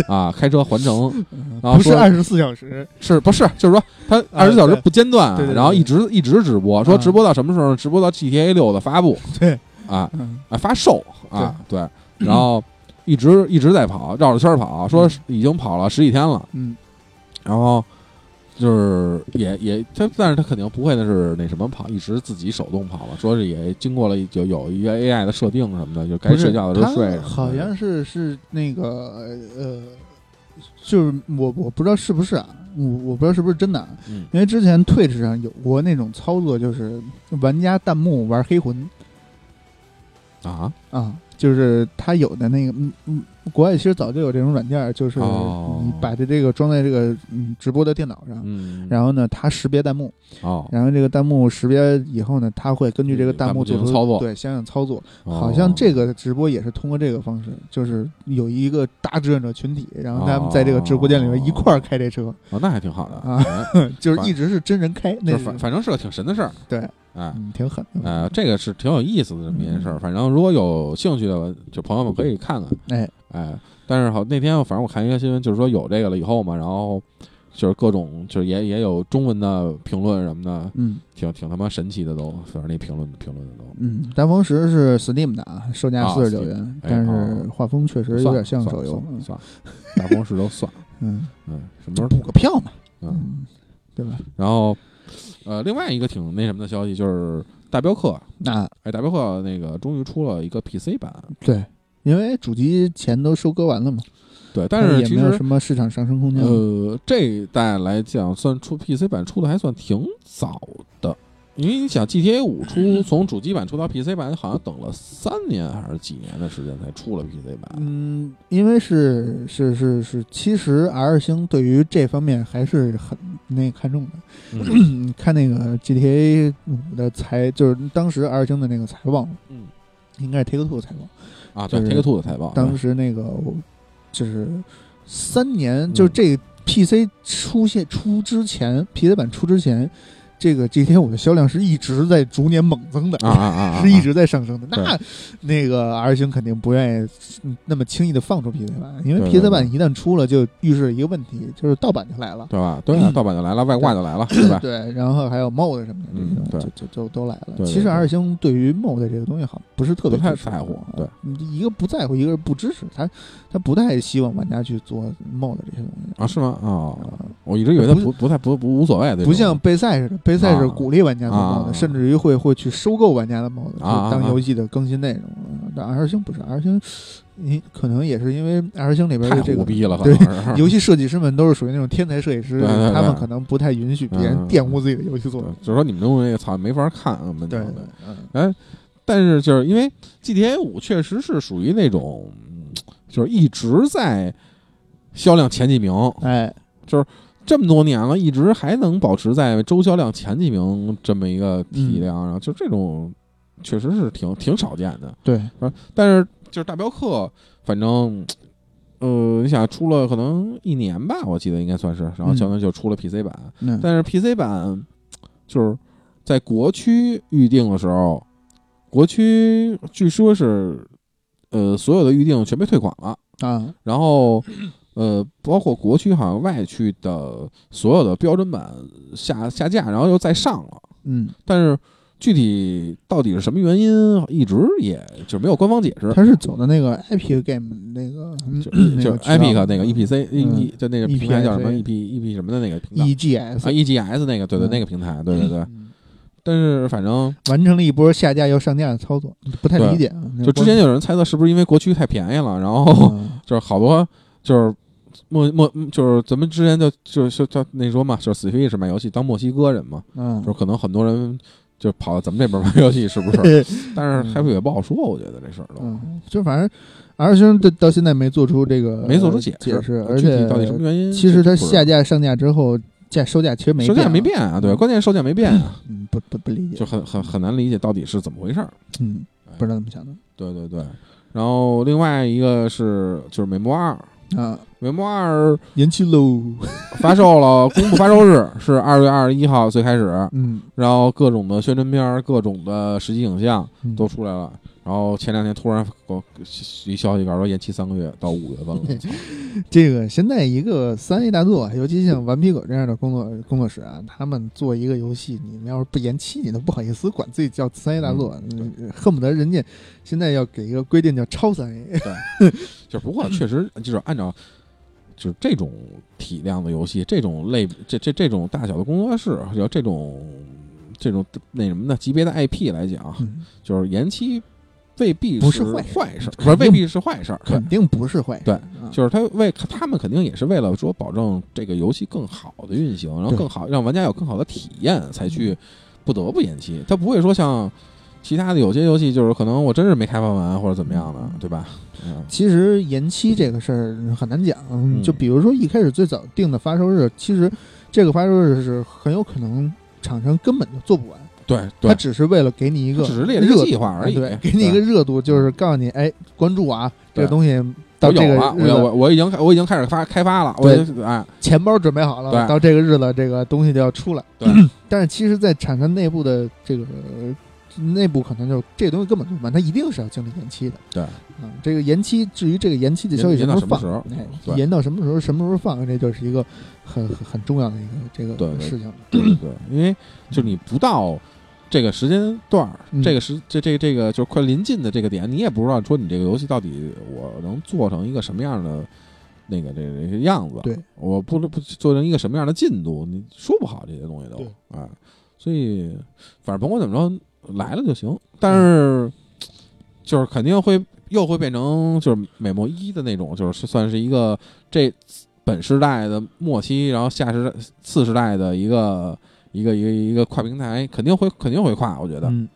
Speaker 2: 啊，开车环城
Speaker 1: 嗯
Speaker 2: 然后
Speaker 1: 不是
Speaker 2: 啊说
Speaker 1: 二十四小时，
Speaker 2: 是不是？就是说他二十四小时
Speaker 1: 啊对
Speaker 2: 不间断啊
Speaker 1: 对对对
Speaker 2: 然后一直一直直播，说
Speaker 1: 嗯
Speaker 2: 直播到什么时候呢？直播到 GTA 六的发布
Speaker 1: <laughs> 对，
Speaker 2: 啊
Speaker 1: 嗯
Speaker 2: 啊发售啊对，然后一直一直在跑，绕着圈儿跑，说是已经跑了十几天了，
Speaker 1: 嗯
Speaker 2: 然后。就是也也他，但是他肯定不会的是那什么跑，一直自己手动跑了。说是也经过了一就有一个 AI 的设定什么的，就该
Speaker 1: 不是
Speaker 2: 睡觉的时候
Speaker 1: 他
Speaker 2: 睡什么的。
Speaker 1: 好像是是那个呃，就是我我不知道是不是啊，我我不知道是不是真的啊，
Speaker 2: 嗯
Speaker 1: 因为之前 Twitch 上有过那种操作，就是玩家弹幕玩黑魂
Speaker 2: 啊，
Speaker 1: 啊，就是他有的那个，嗯嗯，国外其实早就有这种软件儿，就是
Speaker 2: 哦
Speaker 1: 你把这这个装在这个嗯直播的电脑上。
Speaker 2: 嗯，
Speaker 1: 然后呢，它识别弹幕，
Speaker 2: 哦，
Speaker 1: 然后这个弹幕识别以后呢，它会根据这个
Speaker 2: 嗯弹
Speaker 1: 弹
Speaker 2: 幕
Speaker 1: 幕做
Speaker 2: 进
Speaker 1: 出
Speaker 2: 行操作
Speaker 1: 对相应操作。
Speaker 2: 哦
Speaker 1: 好像这个直播也是通过这个方式，就是有一个大志愿者群体，然后他们在这个直播间里面一块儿开这车，
Speaker 2: 哦，那还挺好的
Speaker 1: 啊，
Speaker 2: 哎
Speaker 1: 就是一直是真人开，
Speaker 2: 就
Speaker 1: <laughs> 那
Speaker 2: 是反反正是个挺神的事儿，
Speaker 1: 对，
Speaker 2: 哎。
Speaker 1: 嗯，挺狠的，
Speaker 2: 呃，这个是挺有意思的这么一件事儿。反正如果有兴趣的，就朋友们可以看看。
Speaker 1: 哎，
Speaker 2: 哎，但是好，那天反正我看一个新闻，就是说有这个了以后嘛，然后就是各种就是也也有中文的评论什么的，
Speaker 1: 嗯
Speaker 2: 挺挺他妈神奇的都。反正那评论评论的都
Speaker 1: 嗯，单峰石是 Steam 的啊，售价
Speaker 2: 啊
Speaker 1: 四十九
Speaker 2: Steam
Speaker 1: 元，
Speaker 2: 哎
Speaker 1: 但是画风确实有点像手游，
Speaker 2: 算了
Speaker 1: 嗯
Speaker 2: 算了算了大公式都算了，
Speaker 1: 嗯，
Speaker 2: 嗯，什么时
Speaker 1: <laughs>
Speaker 2: 候
Speaker 1: 补个票嘛，
Speaker 2: 嗯。
Speaker 1: 嗯，对吧？
Speaker 2: 然后，呃，另外一个挺那什么的消息就是大镖客，
Speaker 1: 那
Speaker 2: 哎，大镖客那个终于出了一个 PC 版，
Speaker 1: 对，因为主机钱都收割完了嘛，
Speaker 2: 对，但是
Speaker 1: 也
Speaker 2: 其
Speaker 1: 没有
Speaker 2: 实
Speaker 1: 什么市场上升
Speaker 2: 呃
Speaker 1: 空间了，
Speaker 2: 呃这一代来讲，算出 PC 版出的还算挺早的，因为你想 GTA 五出
Speaker 1: 嗯
Speaker 2: 从主机版出到 PC 版，好像等了三年还是几年的时间才出了 PC 版。
Speaker 1: 嗯，因为是是是是，其实 R 星对于这方面还是很那看重的。
Speaker 2: 嗯
Speaker 1: 你看那个 GTA 五的财，就是当时 R 星的那个财报，
Speaker 2: 嗯
Speaker 1: 应该是 Take Two 财报，
Speaker 2: 啊，对
Speaker 1: 就是
Speaker 2: ，Take Two 的财报，
Speaker 1: 当时那个我就是三年，
Speaker 2: 嗯
Speaker 1: 就是这个 PC 出现出之前，PC 版出之前，这个 GTA 五的销量是一直在逐年猛增的
Speaker 2: 啊啊啊啊，
Speaker 1: 是一直在上升的。
Speaker 2: 对
Speaker 1: 那那个 R 星肯定不愿意嗯那么轻易的放出 PC 版，因为
Speaker 2: 对对
Speaker 1: PC 版
Speaker 2: 对
Speaker 1: 一旦出了，就预示一个问题，就是盗版就来了。
Speaker 2: 对吧？对啊，
Speaker 1: 嗯
Speaker 2: 盗版就来了，外挂就来了，对吧？
Speaker 1: 对，然后还有 mod 什么的，
Speaker 2: 嗯
Speaker 1: 这
Speaker 2: 对
Speaker 1: 种就就就都来
Speaker 2: 对
Speaker 1: 了。
Speaker 2: 对
Speaker 1: 其实
Speaker 2: 对
Speaker 1: R 星对于 mod 这个东西好像不是特别
Speaker 2: 不太
Speaker 1: 支持
Speaker 2: 在乎
Speaker 1: 啊
Speaker 2: 对，
Speaker 1: 一个不在乎，一个是不支持，他他不太希望玩家去做 mod 这些东西。
Speaker 2: 啊，是吗？哦，
Speaker 1: 啊
Speaker 2: 我一直以为他
Speaker 1: 不是
Speaker 2: 不不太不不无所谓的，
Speaker 1: 不像杯赛似的，杯赛是
Speaker 2: 啊
Speaker 1: 鼓励玩家做 mod，、
Speaker 2: 啊
Speaker 1: 甚至于会会去收购玩家的 mod，、
Speaker 2: 啊
Speaker 1: 就
Speaker 2: 啊
Speaker 1: 当
Speaker 2: 啊
Speaker 1: 游戏的更新内容。啊但 R 星不是 R 星，你可能也是因为 R 星里边
Speaker 2: 太
Speaker 1: 的这
Speaker 2: 虎
Speaker 1: 个
Speaker 2: 逼了，可
Speaker 1: 对 <laughs>
Speaker 2: 能是。
Speaker 1: 游戏设计师们都是属于那种天才设计师，
Speaker 2: 对对对
Speaker 1: 他们可能不太允许别人
Speaker 2: 嗯
Speaker 1: 玷污自己的游戏作
Speaker 2: 对
Speaker 1: 品。
Speaker 2: 就是说你们这东西操没法看，根本就
Speaker 1: 对对，嗯
Speaker 2: 哎，但是就是因为 GTA 五确实是属于那种，嗯就是一直在销量前几名，
Speaker 1: 哎，
Speaker 2: 这么多年了，一直还能保持在周销量前几名这么一个体量，然后就这种确实是挺挺少见的。
Speaker 1: 对，
Speaker 2: 啊，但是就是大镖客，反正。呃，你想出了可能一年吧，我记得应该算是，然后
Speaker 1: 嗯
Speaker 2: 相当于就出了 PC 版，
Speaker 1: 嗯，
Speaker 2: 但是 PC 版就是在国区预定的时候，国区据说是呃所有的预定全被退款了，
Speaker 1: 啊，
Speaker 2: 然后呃包括国区好像外区的所有的标准版下下架，然后又再上了，
Speaker 1: 嗯，
Speaker 2: 但是具体到底是什么原因，一直也就没有官方解释。
Speaker 1: 他是走的那个 Epic Game 那个，
Speaker 2: 就
Speaker 1: 嗯
Speaker 2: 就是 Epic 那个 EPC E 就那个平台叫什么
Speaker 1: EPSA
Speaker 2: EP EP 什么的那个频
Speaker 1: 嗯
Speaker 2: 道
Speaker 1: EGS
Speaker 2: 啊 EGS 那个对对
Speaker 1: ，E 嗯
Speaker 2: 那个平台对对对，
Speaker 1: 嗯
Speaker 2: 但是反正
Speaker 1: 完成了一波下架又上架的操作，不太理解啊。那
Speaker 2: 就之前
Speaker 1: 光
Speaker 2: 有人猜测是不是因为国区太便宜了，然
Speaker 1: <laughs>
Speaker 2: 后 <laughs>
Speaker 1: 嗯
Speaker 2: 就是好多就是墨墨就是咱们之前就就就就那说嘛，就是 Switch 买游戏当墨西哥
Speaker 1: <laughs>
Speaker 2: 人嘛，
Speaker 1: 嗯，
Speaker 2: 就是可能很多人就跑到咱们这边玩游戏，
Speaker 1: <laughs>
Speaker 2: 是不是？但是
Speaker 1: 嗯
Speaker 2: Happy 也不好说，我觉得这事儿都
Speaker 1: 嗯，就反正 R 兄到到现在没做出这个
Speaker 2: 没做出
Speaker 1: 呃解
Speaker 2: 释，
Speaker 1: 而
Speaker 2: 具
Speaker 1: 且
Speaker 2: 体到底什么原因？
Speaker 1: 其实它
Speaker 2: 不知道
Speaker 1: 下架上架之后，价售价其实没
Speaker 2: 售价没
Speaker 1: 变嗯
Speaker 2: 变啊，对，关键售价没变啊
Speaker 1: <laughs> 啊，，嗯，不不不理解，
Speaker 2: 就很很很难理解到底是怎么回事儿。
Speaker 1: 嗯
Speaker 2: 哎，
Speaker 1: 不知道怎么想的
Speaker 2: 对对对，然后另外一个是就是《美墨二》，《
Speaker 1: 啊，
Speaker 2: 美墨二》
Speaker 1: 延期
Speaker 2: <laughs>
Speaker 1: 喽，
Speaker 2: 发售了，公布发售日 <laughs> 是二月二十一号最开始，
Speaker 1: 嗯，
Speaker 2: 然后各种的宣传片儿、各种的实际影像
Speaker 1: 嗯
Speaker 2: 都出来了。然后前两天突然给我一消息稿说延期三个月到五月
Speaker 1: <laughs>
Speaker 2: 份了，操
Speaker 1: 这个现在一个三 A 大作，尤其像顽皮狗这样的工作工作室啊，他们做一个游戏，你要是不延期，你都不好意思管自己叫三 A 大作，嗯恨不得人家现在要给一个规定叫超三 A。
Speaker 2: 就不过确实就是按照就是这种体量的游戏，这种类这这这种大小的工作室，还有这种这种那什么的级别的 IP 来讲，
Speaker 1: 嗯
Speaker 2: 就是延期未必
Speaker 1: 不
Speaker 2: 是
Speaker 1: 是坏事
Speaker 2: 坏事儿，不是未必是
Speaker 1: <laughs>
Speaker 2: 坏事儿，对
Speaker 1: 肯定不是坏事，
Speaker 2: 对
Speaker 1: 啊
Speaker 2: 就是他为他们肯定也是为了说保证这个游戏更好的运行，然后
Speaker 1: 对
Speaker 2: 更好让玩家有更好的体验，才去不得不延期。他不会说像其他的有些游戏，就是可能我真是没开发完或者怎么样的，对吧？嗯
Speaker 1: 其实延期这个事儿很难讲，
Speaker 2: 嗯
Speaker 1: 就比如说一开始最早定的发售日，其实这个发售日是很有可能厂商根本就做不完，
Speaker 2: 对
Speaker 1: 他
Speaker 2: 对，
Speaker 1: 只是为为了给你一个
Speaker 2: 只是列了一
Speaker 1: 热
Speaker 2: 个计划而已，
Speaker 1: 对，给你一个热度，就是告诉你，哎，关注啊，这
Speaker 2: 对
Speaker 1: 个东西
Speaker 2: 对。
Speaker 1: 到
Speaker 2: 我
Speaker 1: 这
Speaker 2: 有啊
Speaker 1: 个
Speaker 2: 了，我
Speaker 1: 日
Speaker 2: 有
Speaker 1: 子，
Speaker 2: 我我已经开我已经开始发开发了，我
Speaker 1: 对
Speaker 2: 就哎，
Speaker 1: 钱包准备好了，
Speaker 2: 对
Speaker 1: 到这个日子，这个东西就要出来。
Speaker 2: 对
Speaker 1: <clears throat> 但是其实，在厂商内部的这个呃内部，可能就是这东西根本做不完，它一定是要经历延期的。
Speaker 2: 对，
Speaker 1: 嗯，这个延期，至于这个延期的消息
Speaker 2: 延
Speaker 1: 么
Speaker 2: 延到
Speaker 1: 放
Speaker 2: 什么，时候
Speaker 1: 哎
Speaker 2: 对
Speaker 1: 延到什么时候，什么时候放，这就是一个很很很重要的一个这个
Speaker 2: 对对
Speaker 1: 事情了。
Speaker 2: 对对，对，因为就是你不到这个时间段儿，
Speaker 1: 嗯
Speaker 2: 这个时这这这个就是快临近的这个点，你也不知道说你这个游戏到底我能做成一个什么样的那个这这个样子，
Speaker 1: 对，
Speaker 2: 我不不做成一个什么样的进度，你说不好这些东西都
Speaker 1: 对
Speaker 2: 啊，所以反正甭管怎么着来了就行，但是就是肯定会又会变成就是美墨一的那种，就是算是一个这本时代的末期，然后下时代次时代的一个一个一个一个跨平台，肯定会肯定会跨，我觉得、
Speaker 1: 嗯，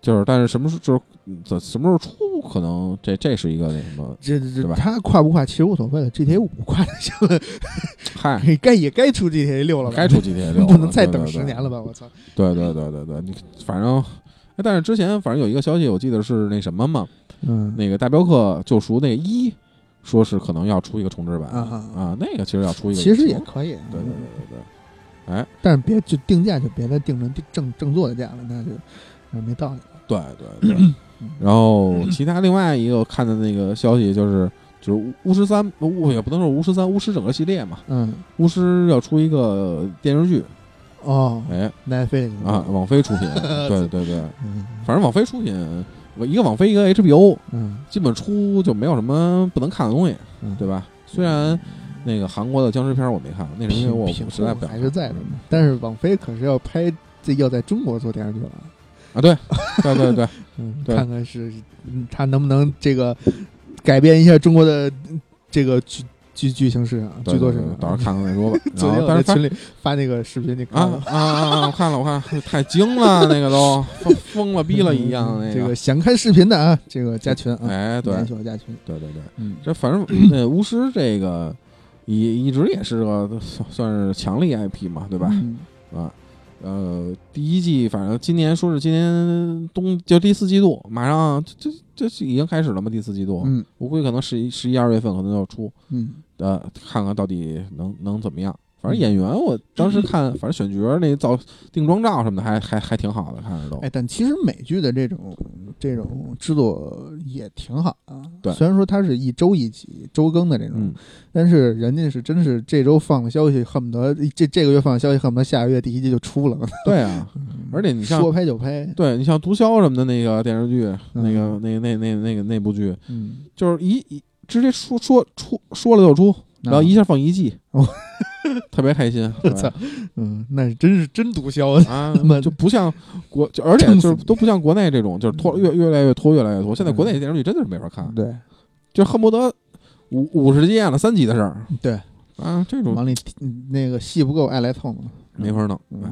Speaker 2: 就是，但是什么时候就是嗯怎什么时候出，可能这这是一个那什么，
Speaker 1: 这这
Speaker 2: 对
Speaker 1: 这
Speaker 2: 吧
Speaker 1: 他跨不跨其实无所谓了，GTA 五跨 <laughs> 得下了， <laughs>
Speaker 2: 嗨，
Speaker 1: 该也该出 GTA 六了吧，
Speaker 2: 该出
Speaker 1: <laughs>
Speaker 2: GTA 六了，
Speaker 1: 不能再
Speaker 2: 对
Speaker 1: 等十年了？吧？我操，
Speaker 2: 对对对对对对，你反正。哎但是之前反正有一个消息，我记得是那什么嘛，
Speaker 1: 嗯，
Speaker 2: 那个大镖客救赎那个一，说是可能要出一个重置版
Speaker 1: 啊啊啊
Speaker 2: 啊，那个其实要出一个重，
Speaker 1: 其实也可以，
Speaker 2: 对对对对对，哎，
Speaker 1: 但是别就定价就别再定成正正做的价了，那就那没道理了。
Speaker 2: 对对对。然后其他另外一个我看的那个消息就是，就是巫巫师三，巫也不能说巫师三，巫师整个系列嘛，
Speaker 1: 嗯，
Speaker 2: 巫师要出一个电视剧，
Speaker 1: 哦
Speaker 2: 哎
Speaker 1: ，Netflix
Speaker 2: 啊，，网飞出品，对对对，
Speaker 1: 嗯
Speaker 2: 反正网飞出品，一个网飞一个 HBO，
Speaker 1: 嗯
Speaker 2: 基本出就没有什么不能看的东西，
Speaker 1: 嗯，
Speaker 2: 对吧？虽然那个韩国的僵尸片我没看，那是因为我
Speaker 1: 品
Speaker 2: 实在不
Speaker 1: 控
Speaker 2: 想
Speaker 1: 还是在这儿呢，但是网飞可是要拍这要在中国做电视剧了，
Speaker 2: 啊，对对对
Speaker 1: <laughs>
Speaker 2: 对，
Speaker 1: 嗯，
Speaker 2: 对
Speaker 1: 看看是嗯他能不能这个改变一下中国的嗯这个剧剧剧情市场、
Speaker 2: 对
Speaker 1: 剧作啊嗯
Speaker 2: 对
Speaker 1: 市
Speaker 2: 对
Speaker 1: 场。
Speaker 2: 到时候看看再说吧。
Speaker 1: <laughs> 昨
Speaker 2: 然
Speaker 1: 天
Speaker 2: 后
Speaker 1: 我
Speaker 2: 但
Speaker 1: 在
Speaker 2: 是发
Speaker 1: 群里发那个嗯视频，你看
Speaker 2: 啊
Speaker 1: 了？
Speaker 2: 啊啊！我看了，我看了，太惊了，那个都疯疯了逼了一样那
Speaker 1: 嗯这
Speaker 2: 个
Speaker 1: 个。想看视频的啊，这个加群啊，
Speaker 2: 哎，对
Speaker 1: 联系我加群。
Speaker 2: 对对对，
Speaker 1: 嗯，
Speaker 2: 这反正那巫师这个也一直也是个算算是强力 IP 嘛，对吧？
Speaker 1: 嗯
Speaker 2: 啊，呃，第一季反正今年说是今年冬就第四季度，马上这这这已经开始了嘛，第四季度，
Speaker 1: 嗯
Speaker 2: 我估计可能十一十一二月份可能要出，
Speaker 1: 嗯
Speaker 2: 呃，看看到底能能怎么样。反
Speaker 1: 嗯
Speaker 2: 正演员，我当时看，反正选角那造定妆照什么的还，还还挺好的，看着都
Speaker 1: 哎，。但其实美剧的这种这种制作也挺好啊。
Speaker 2: 对
Speaker 1: 虽然说它是一周一集、周更的这种，
Speaker 2: 嗯，
Speaker 1: 但是人家是真是这周放了消息，恨不得这这个月放了消息，恨不得下个月第一季就出了。
Speaker 2: 对啊，而且你像
Speaker 1: 嗯说拍就拍，
Speaker 2: 对你像毒枭什么的那个电视剧，
Speaker 1: 嗯
Speaker 2: 那个那那那那个那部剧，
Speaker 1: 嗯，
Speaker 2: 就是一一直接说说出说了就出，然后一下放一季
Speaker 1: 啊哦，
Speaker 2: <laughs> 特别开心。
Speaker 1: <laughs> 我
Speaker 2: 对
Speaker 1: 操，嗯，那是真是真毒枭啊！
Speaker 2: 啊
Speaker 1: 他妈，
Speaker 2: 就不像国，就而且
Speaker 1: 撑
Speaker 2: 就
Speaker 1: 死
Speaker 2: 是
Speaker 1: 你
Speaker 2: 都不像国内这种，就是拖越越来越拖，越来越拖。现在
Speaker 1: 嗯
Speaker 2: 国内电视剧真的是没法看，
Speaker 1: 对
Speaker 2: 就恨不得五五十集演了三集的事儿
Speaker 1: 嗯对，
Speaker 2: 啊，这种
Speaker 1: 往里嗯那个戏不够，爱来蹭嘛。
Speaker 2: 没法弄。
Speaker 1: 嗯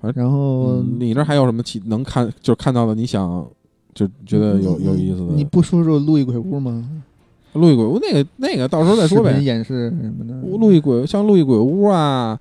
Speaker 2: 哎，
Speaker 1: 然后
Speaker 2: 嗯你这还有什么其能看就是看到的？你想就觉得有有意思
Speaker 1: 嗯你
Speaker 2: 的？
Speaker 1: 不说说《路易鬼屋》吗？
Speaker 2: 路易鬼屋那个那个到时候再说呗
Speaker 1: 视频。演示什么的。
Speaker 2: 路易鬼像路易鬼屋啊，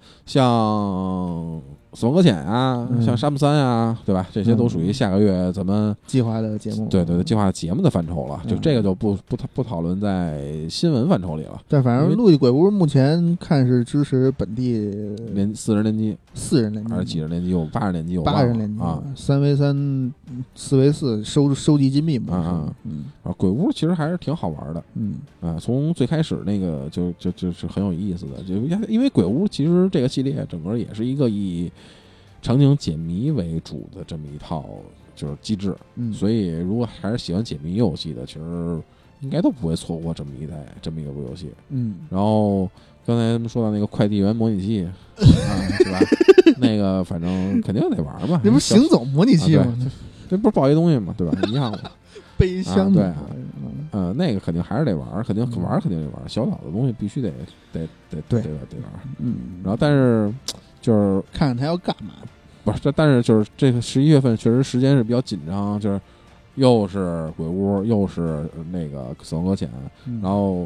Speaker 2: 像死亡搁浅啊，
Speaker 1: 嗯
Speaker 2: 像沙姆三啊，对吧？这些都属于下个月咱们
Speaker 1: 计划的节目，
Speaker 2: 对对对计划节目的范畴了，就
Speaker 1: 嗯
Speaker 2: 这个就不不讨不讨论在新闻范畴里了。
Speaker 1: 但反
Speaker 2: 因为
Speaker 1: 正《陆地鬼屋》目前看是支持本地
Speaker 2: 连四十年级，
Speaker 1: 四人联
Speaker 2: 还是几
Speaker 1: 机、
Speaker 2: 十年级，有嗯八十年级，有
Speaker 1: 八人联机
Speaker 2: 啊。、
Speaker 1: 三 v 三、四 v 四收收集金币模式。
Speaker 2: 啊啊
Speaker 1: 嗯
Speaker 2: 啊，鬼屋其实还是挺好玩的
Speaker 1: 嗯
Speaker 2: 啊，从最开始那个就就就是很有意思的，就因为鬼屋其实这个系列整个也是一个以场景解谜为主的这么一套就是机制，
Speaker 1: 嗯，
Speaker 2: 所以如果还是喜欢解谜游戏的，其实应该都不会错过这么一代这么一个游戏。
Speaker 1: 嗯
Speaker 2: 然后刚才他们说到那个快递员模拟
Speaker 1: <laughs>
Speaker 2: 器，啊，对吧？那个反正肯定得玩嘛，
Speaker 1: 那不是行走模拟器
Speaker 2: 啊
Speaker 1: 吗？
Speaker 2: 这不是报一东西嘛，对吧？一样嘛。
Speaker 1: 背箱子
Speaker 2: 啊对啊
Speaker 1: 嗯
Speaker 2: 嗯，那个肯定还是得玩，肯定
Speaker 1: 嗯
Speaker 2: 玩肯定得玩，小岛的东西必须得得得
Speaker 1: 对
Speaker 2: 得得玩。
Speaker 1: 嗯，
Speaker 2: 然后但是就是
Speaker 1: 看看他要干嘛。
Speaker 2: 不是，这但是就是这个十一月份确实时间是比较紧张，就是又是鬼屋，又是那个死亡搁浅，
Speaker 1: 嗯
Speaker 2: 然后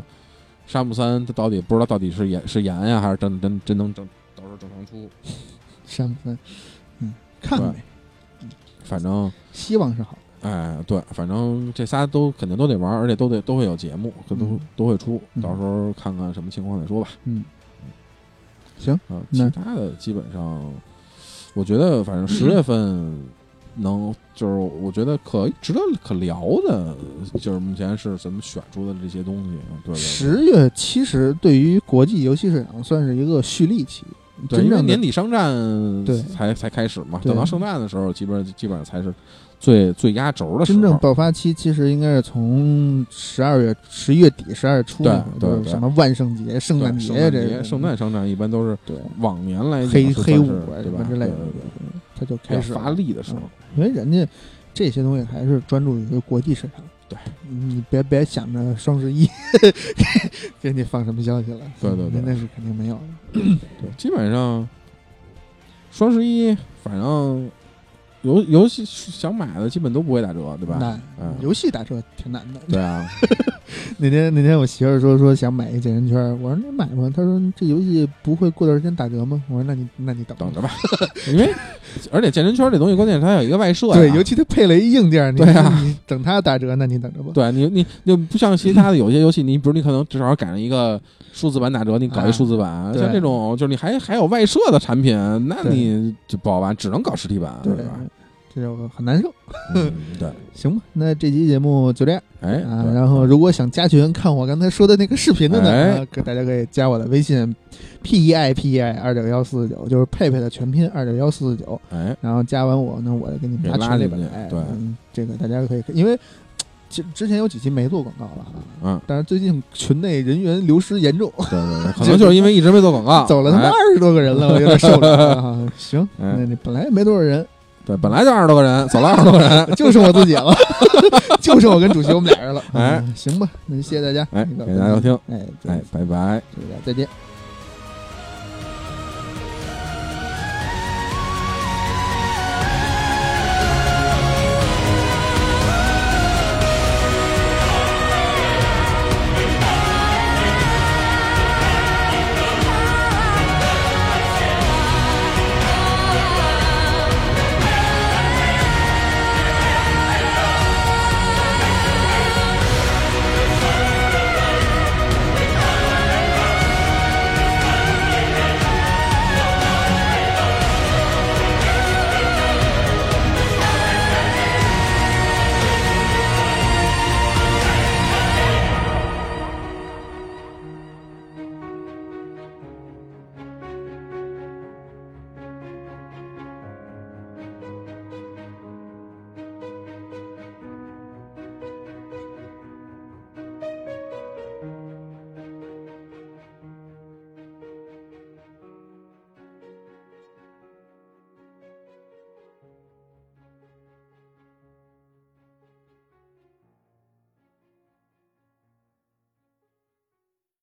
Speaker 2: 沙姆三他到底不知道到底是延是延呀，还是真真真能正到时候正常出，
Speaker 1: 山分，嗯，看看呗，
Speaker 2: 反正。
Speaker 1: 希望是好的。
Speaker 2: 哎，对，反正这仨都肯定都得玩，而且都得都会有节目，都都
Speaker 1: 嗯
Speaker 2: 都会出，
Speaker 1: 嗯
Speaker 2: 到时候看看什么情况再说吧。
Speaker 1: 嗯，行，
Speaker 2: 啊，
Speaker 1: 那
Speaker 2: 其他的基本上，我觉得反正十月份能就是我觉得可值得可聊的，就是目前是咱们选出的这些东西，对对对
Speaker 1: 十月其实对于国际游戏市场算是一个蓄力期，
Speaker 2: 对，
Speaker 1: 真
Speaker 2: 因为
Speaker 1: 正的
Speaker 2: 年底商战
Speaker 1: 对
Speaker 2: 才才开始嘛，
Speaker 1: 对
Speaker 2: 等到圣诞的时候，基本基本上才是最最压轴的时
Speaker 1: 真
Speaker 2: 候。
Speaker 1: 正爆发期其实应该是从十二月、十一月底、十二月初那会儿，
Speaker 2: 对对
Speaker 1: 就是什么万圣节、圣
Speaker 2: 对
Speaker 1: 诞
Speaker 2: 圣诞
Speaker 1: 这
Speaker 2: 节、
Speaker 1: 个
Speaker 2: 圣诞商战一般都是
Speaker 1: 对
Speaker 2: 往年来讲
Speaker 1: 黑
Speaker 2: 是
Speaker 1: 黑
Speaker 2: 算
Speaker 1: 五
Speaker 2: 是
Speaker 1: 啊
Speaker 2: 对
Speaker 1: 什
Speaker 2: 吧
Speaker 1: 么之类的
Speaker 2: 对对对，
Speaker 1: 它就开始
Speaker 2: 要
Speaker 1: 了嗯
Speaker 2: 发，力的时候，
Speaker 1: 因为人家这些东西还是专注于国际市场。
Speaker 2: 对，
Speaker 1: 你别别想着双十一 <laughs> 给你放什么消息了，
Speaker 2: 对对对
Speaker 1: 那是肯定没有的。
Speaker 2: 对，基本上双十一反正游游戏想买的基本都不会打折，对吧？
Speaker 1: 那
Speaker 2: 嗯，
Speaker 1: 游戏打车挺难的。
Speaker 2: 对啊，
Speaker 1: 那天那天我媳妇儿说说想买一健身圈儿，我说你买吧，她说这游戏不会过段时间打折吗？我说那你那你等
Speaker 2: 等着吧， <laughs> 因为而且健身圈这东西，关键它有一个外设呀、
Speaker 1: 对，尤其它配了一硬件，你
Speaker 2: 啊对啊
Speaker 1: 你等它打折，那你等着吧。
Speaker 2: 对你你就不像其他的有些游戏，你比如你可能至少赶上一个数字版打折，你搞一
Speaker 1: 啊
Speaker 2: 数字版，
Speaker 1: 对
Speaker 2: 像这种就是你还还有外设的产品，那
Speaker 1: 对
Speaker 2: 你就不好玩，只能搞实体版，
Speaker 1: 对
Speaker 2: 吧？
Speaker 1: 这就很难受。
Speaker 2: 嗯，
Speaker 1: <laughs>
Speaker 2: 对，
Speaker 1: 行吧，那这期节目就这样
Speaker 2: 哎，
Speaker 1: 啊。
Speaker 2: 对
Speaker 1: 然后，如果想加群看我刚才说的那个视频的呢，
Speaker 2: 哎
Speaker 1: 啊可大家可以加我的微信 p e i p e i 二九幺四四九，就是佩佩的全拼二九幺四四九。
Speaker 2: 哎，
Speaker 1: 然后加完我呢，我就给你们
Speaker 2: 给
Speaker 1: 拉
Speaker 2: 拉
Speaker 1: 群里
Speaker 2: 进
Speaker 1: 边
Speaker 2: 去
Speaker 1: 来。
Speaker 2: 对
Speaker 1: 嗯，这个大家可以，因为之之前有几期没做广告了啊，
Speaker 2: 嗯，
Speaker 1: 但是最近群内人员流失严重，
Speaker 2: 对
Speaker 1: <laughs>
Speaker 2: 对对，可能就是因为一直没做广告，
Speaker 1: 走了他妈
Speaker 2: 哎
Speaker 1: 二十多个人了，我有点受不了了啊。
Speaker 2: <laughs>
Speaker 1: 行，
Speaker 2: 哎
Speaker 1: 那你本来也没多少人，
Speaker 2: 对，本来就二十多个人，走了二十多
Speaker 1: <laughs>
Speaker 2: 个人，
Speaker 1: 就剩我自己了， <laughs> 就剩我跟主席我们俩人了。
Speaker 2: 哎
Speaker 1: 嗯，行吧，那就谢谢大家，
Speaker 2: 哎，
Speaker 1: 那个
Speaker 2: 感谢大家收听，
Speaker 1: 哎，
Speaker 2: 哎，拜拜。
Speaker 1: 大家再见。
Speaker 2: 拜拜。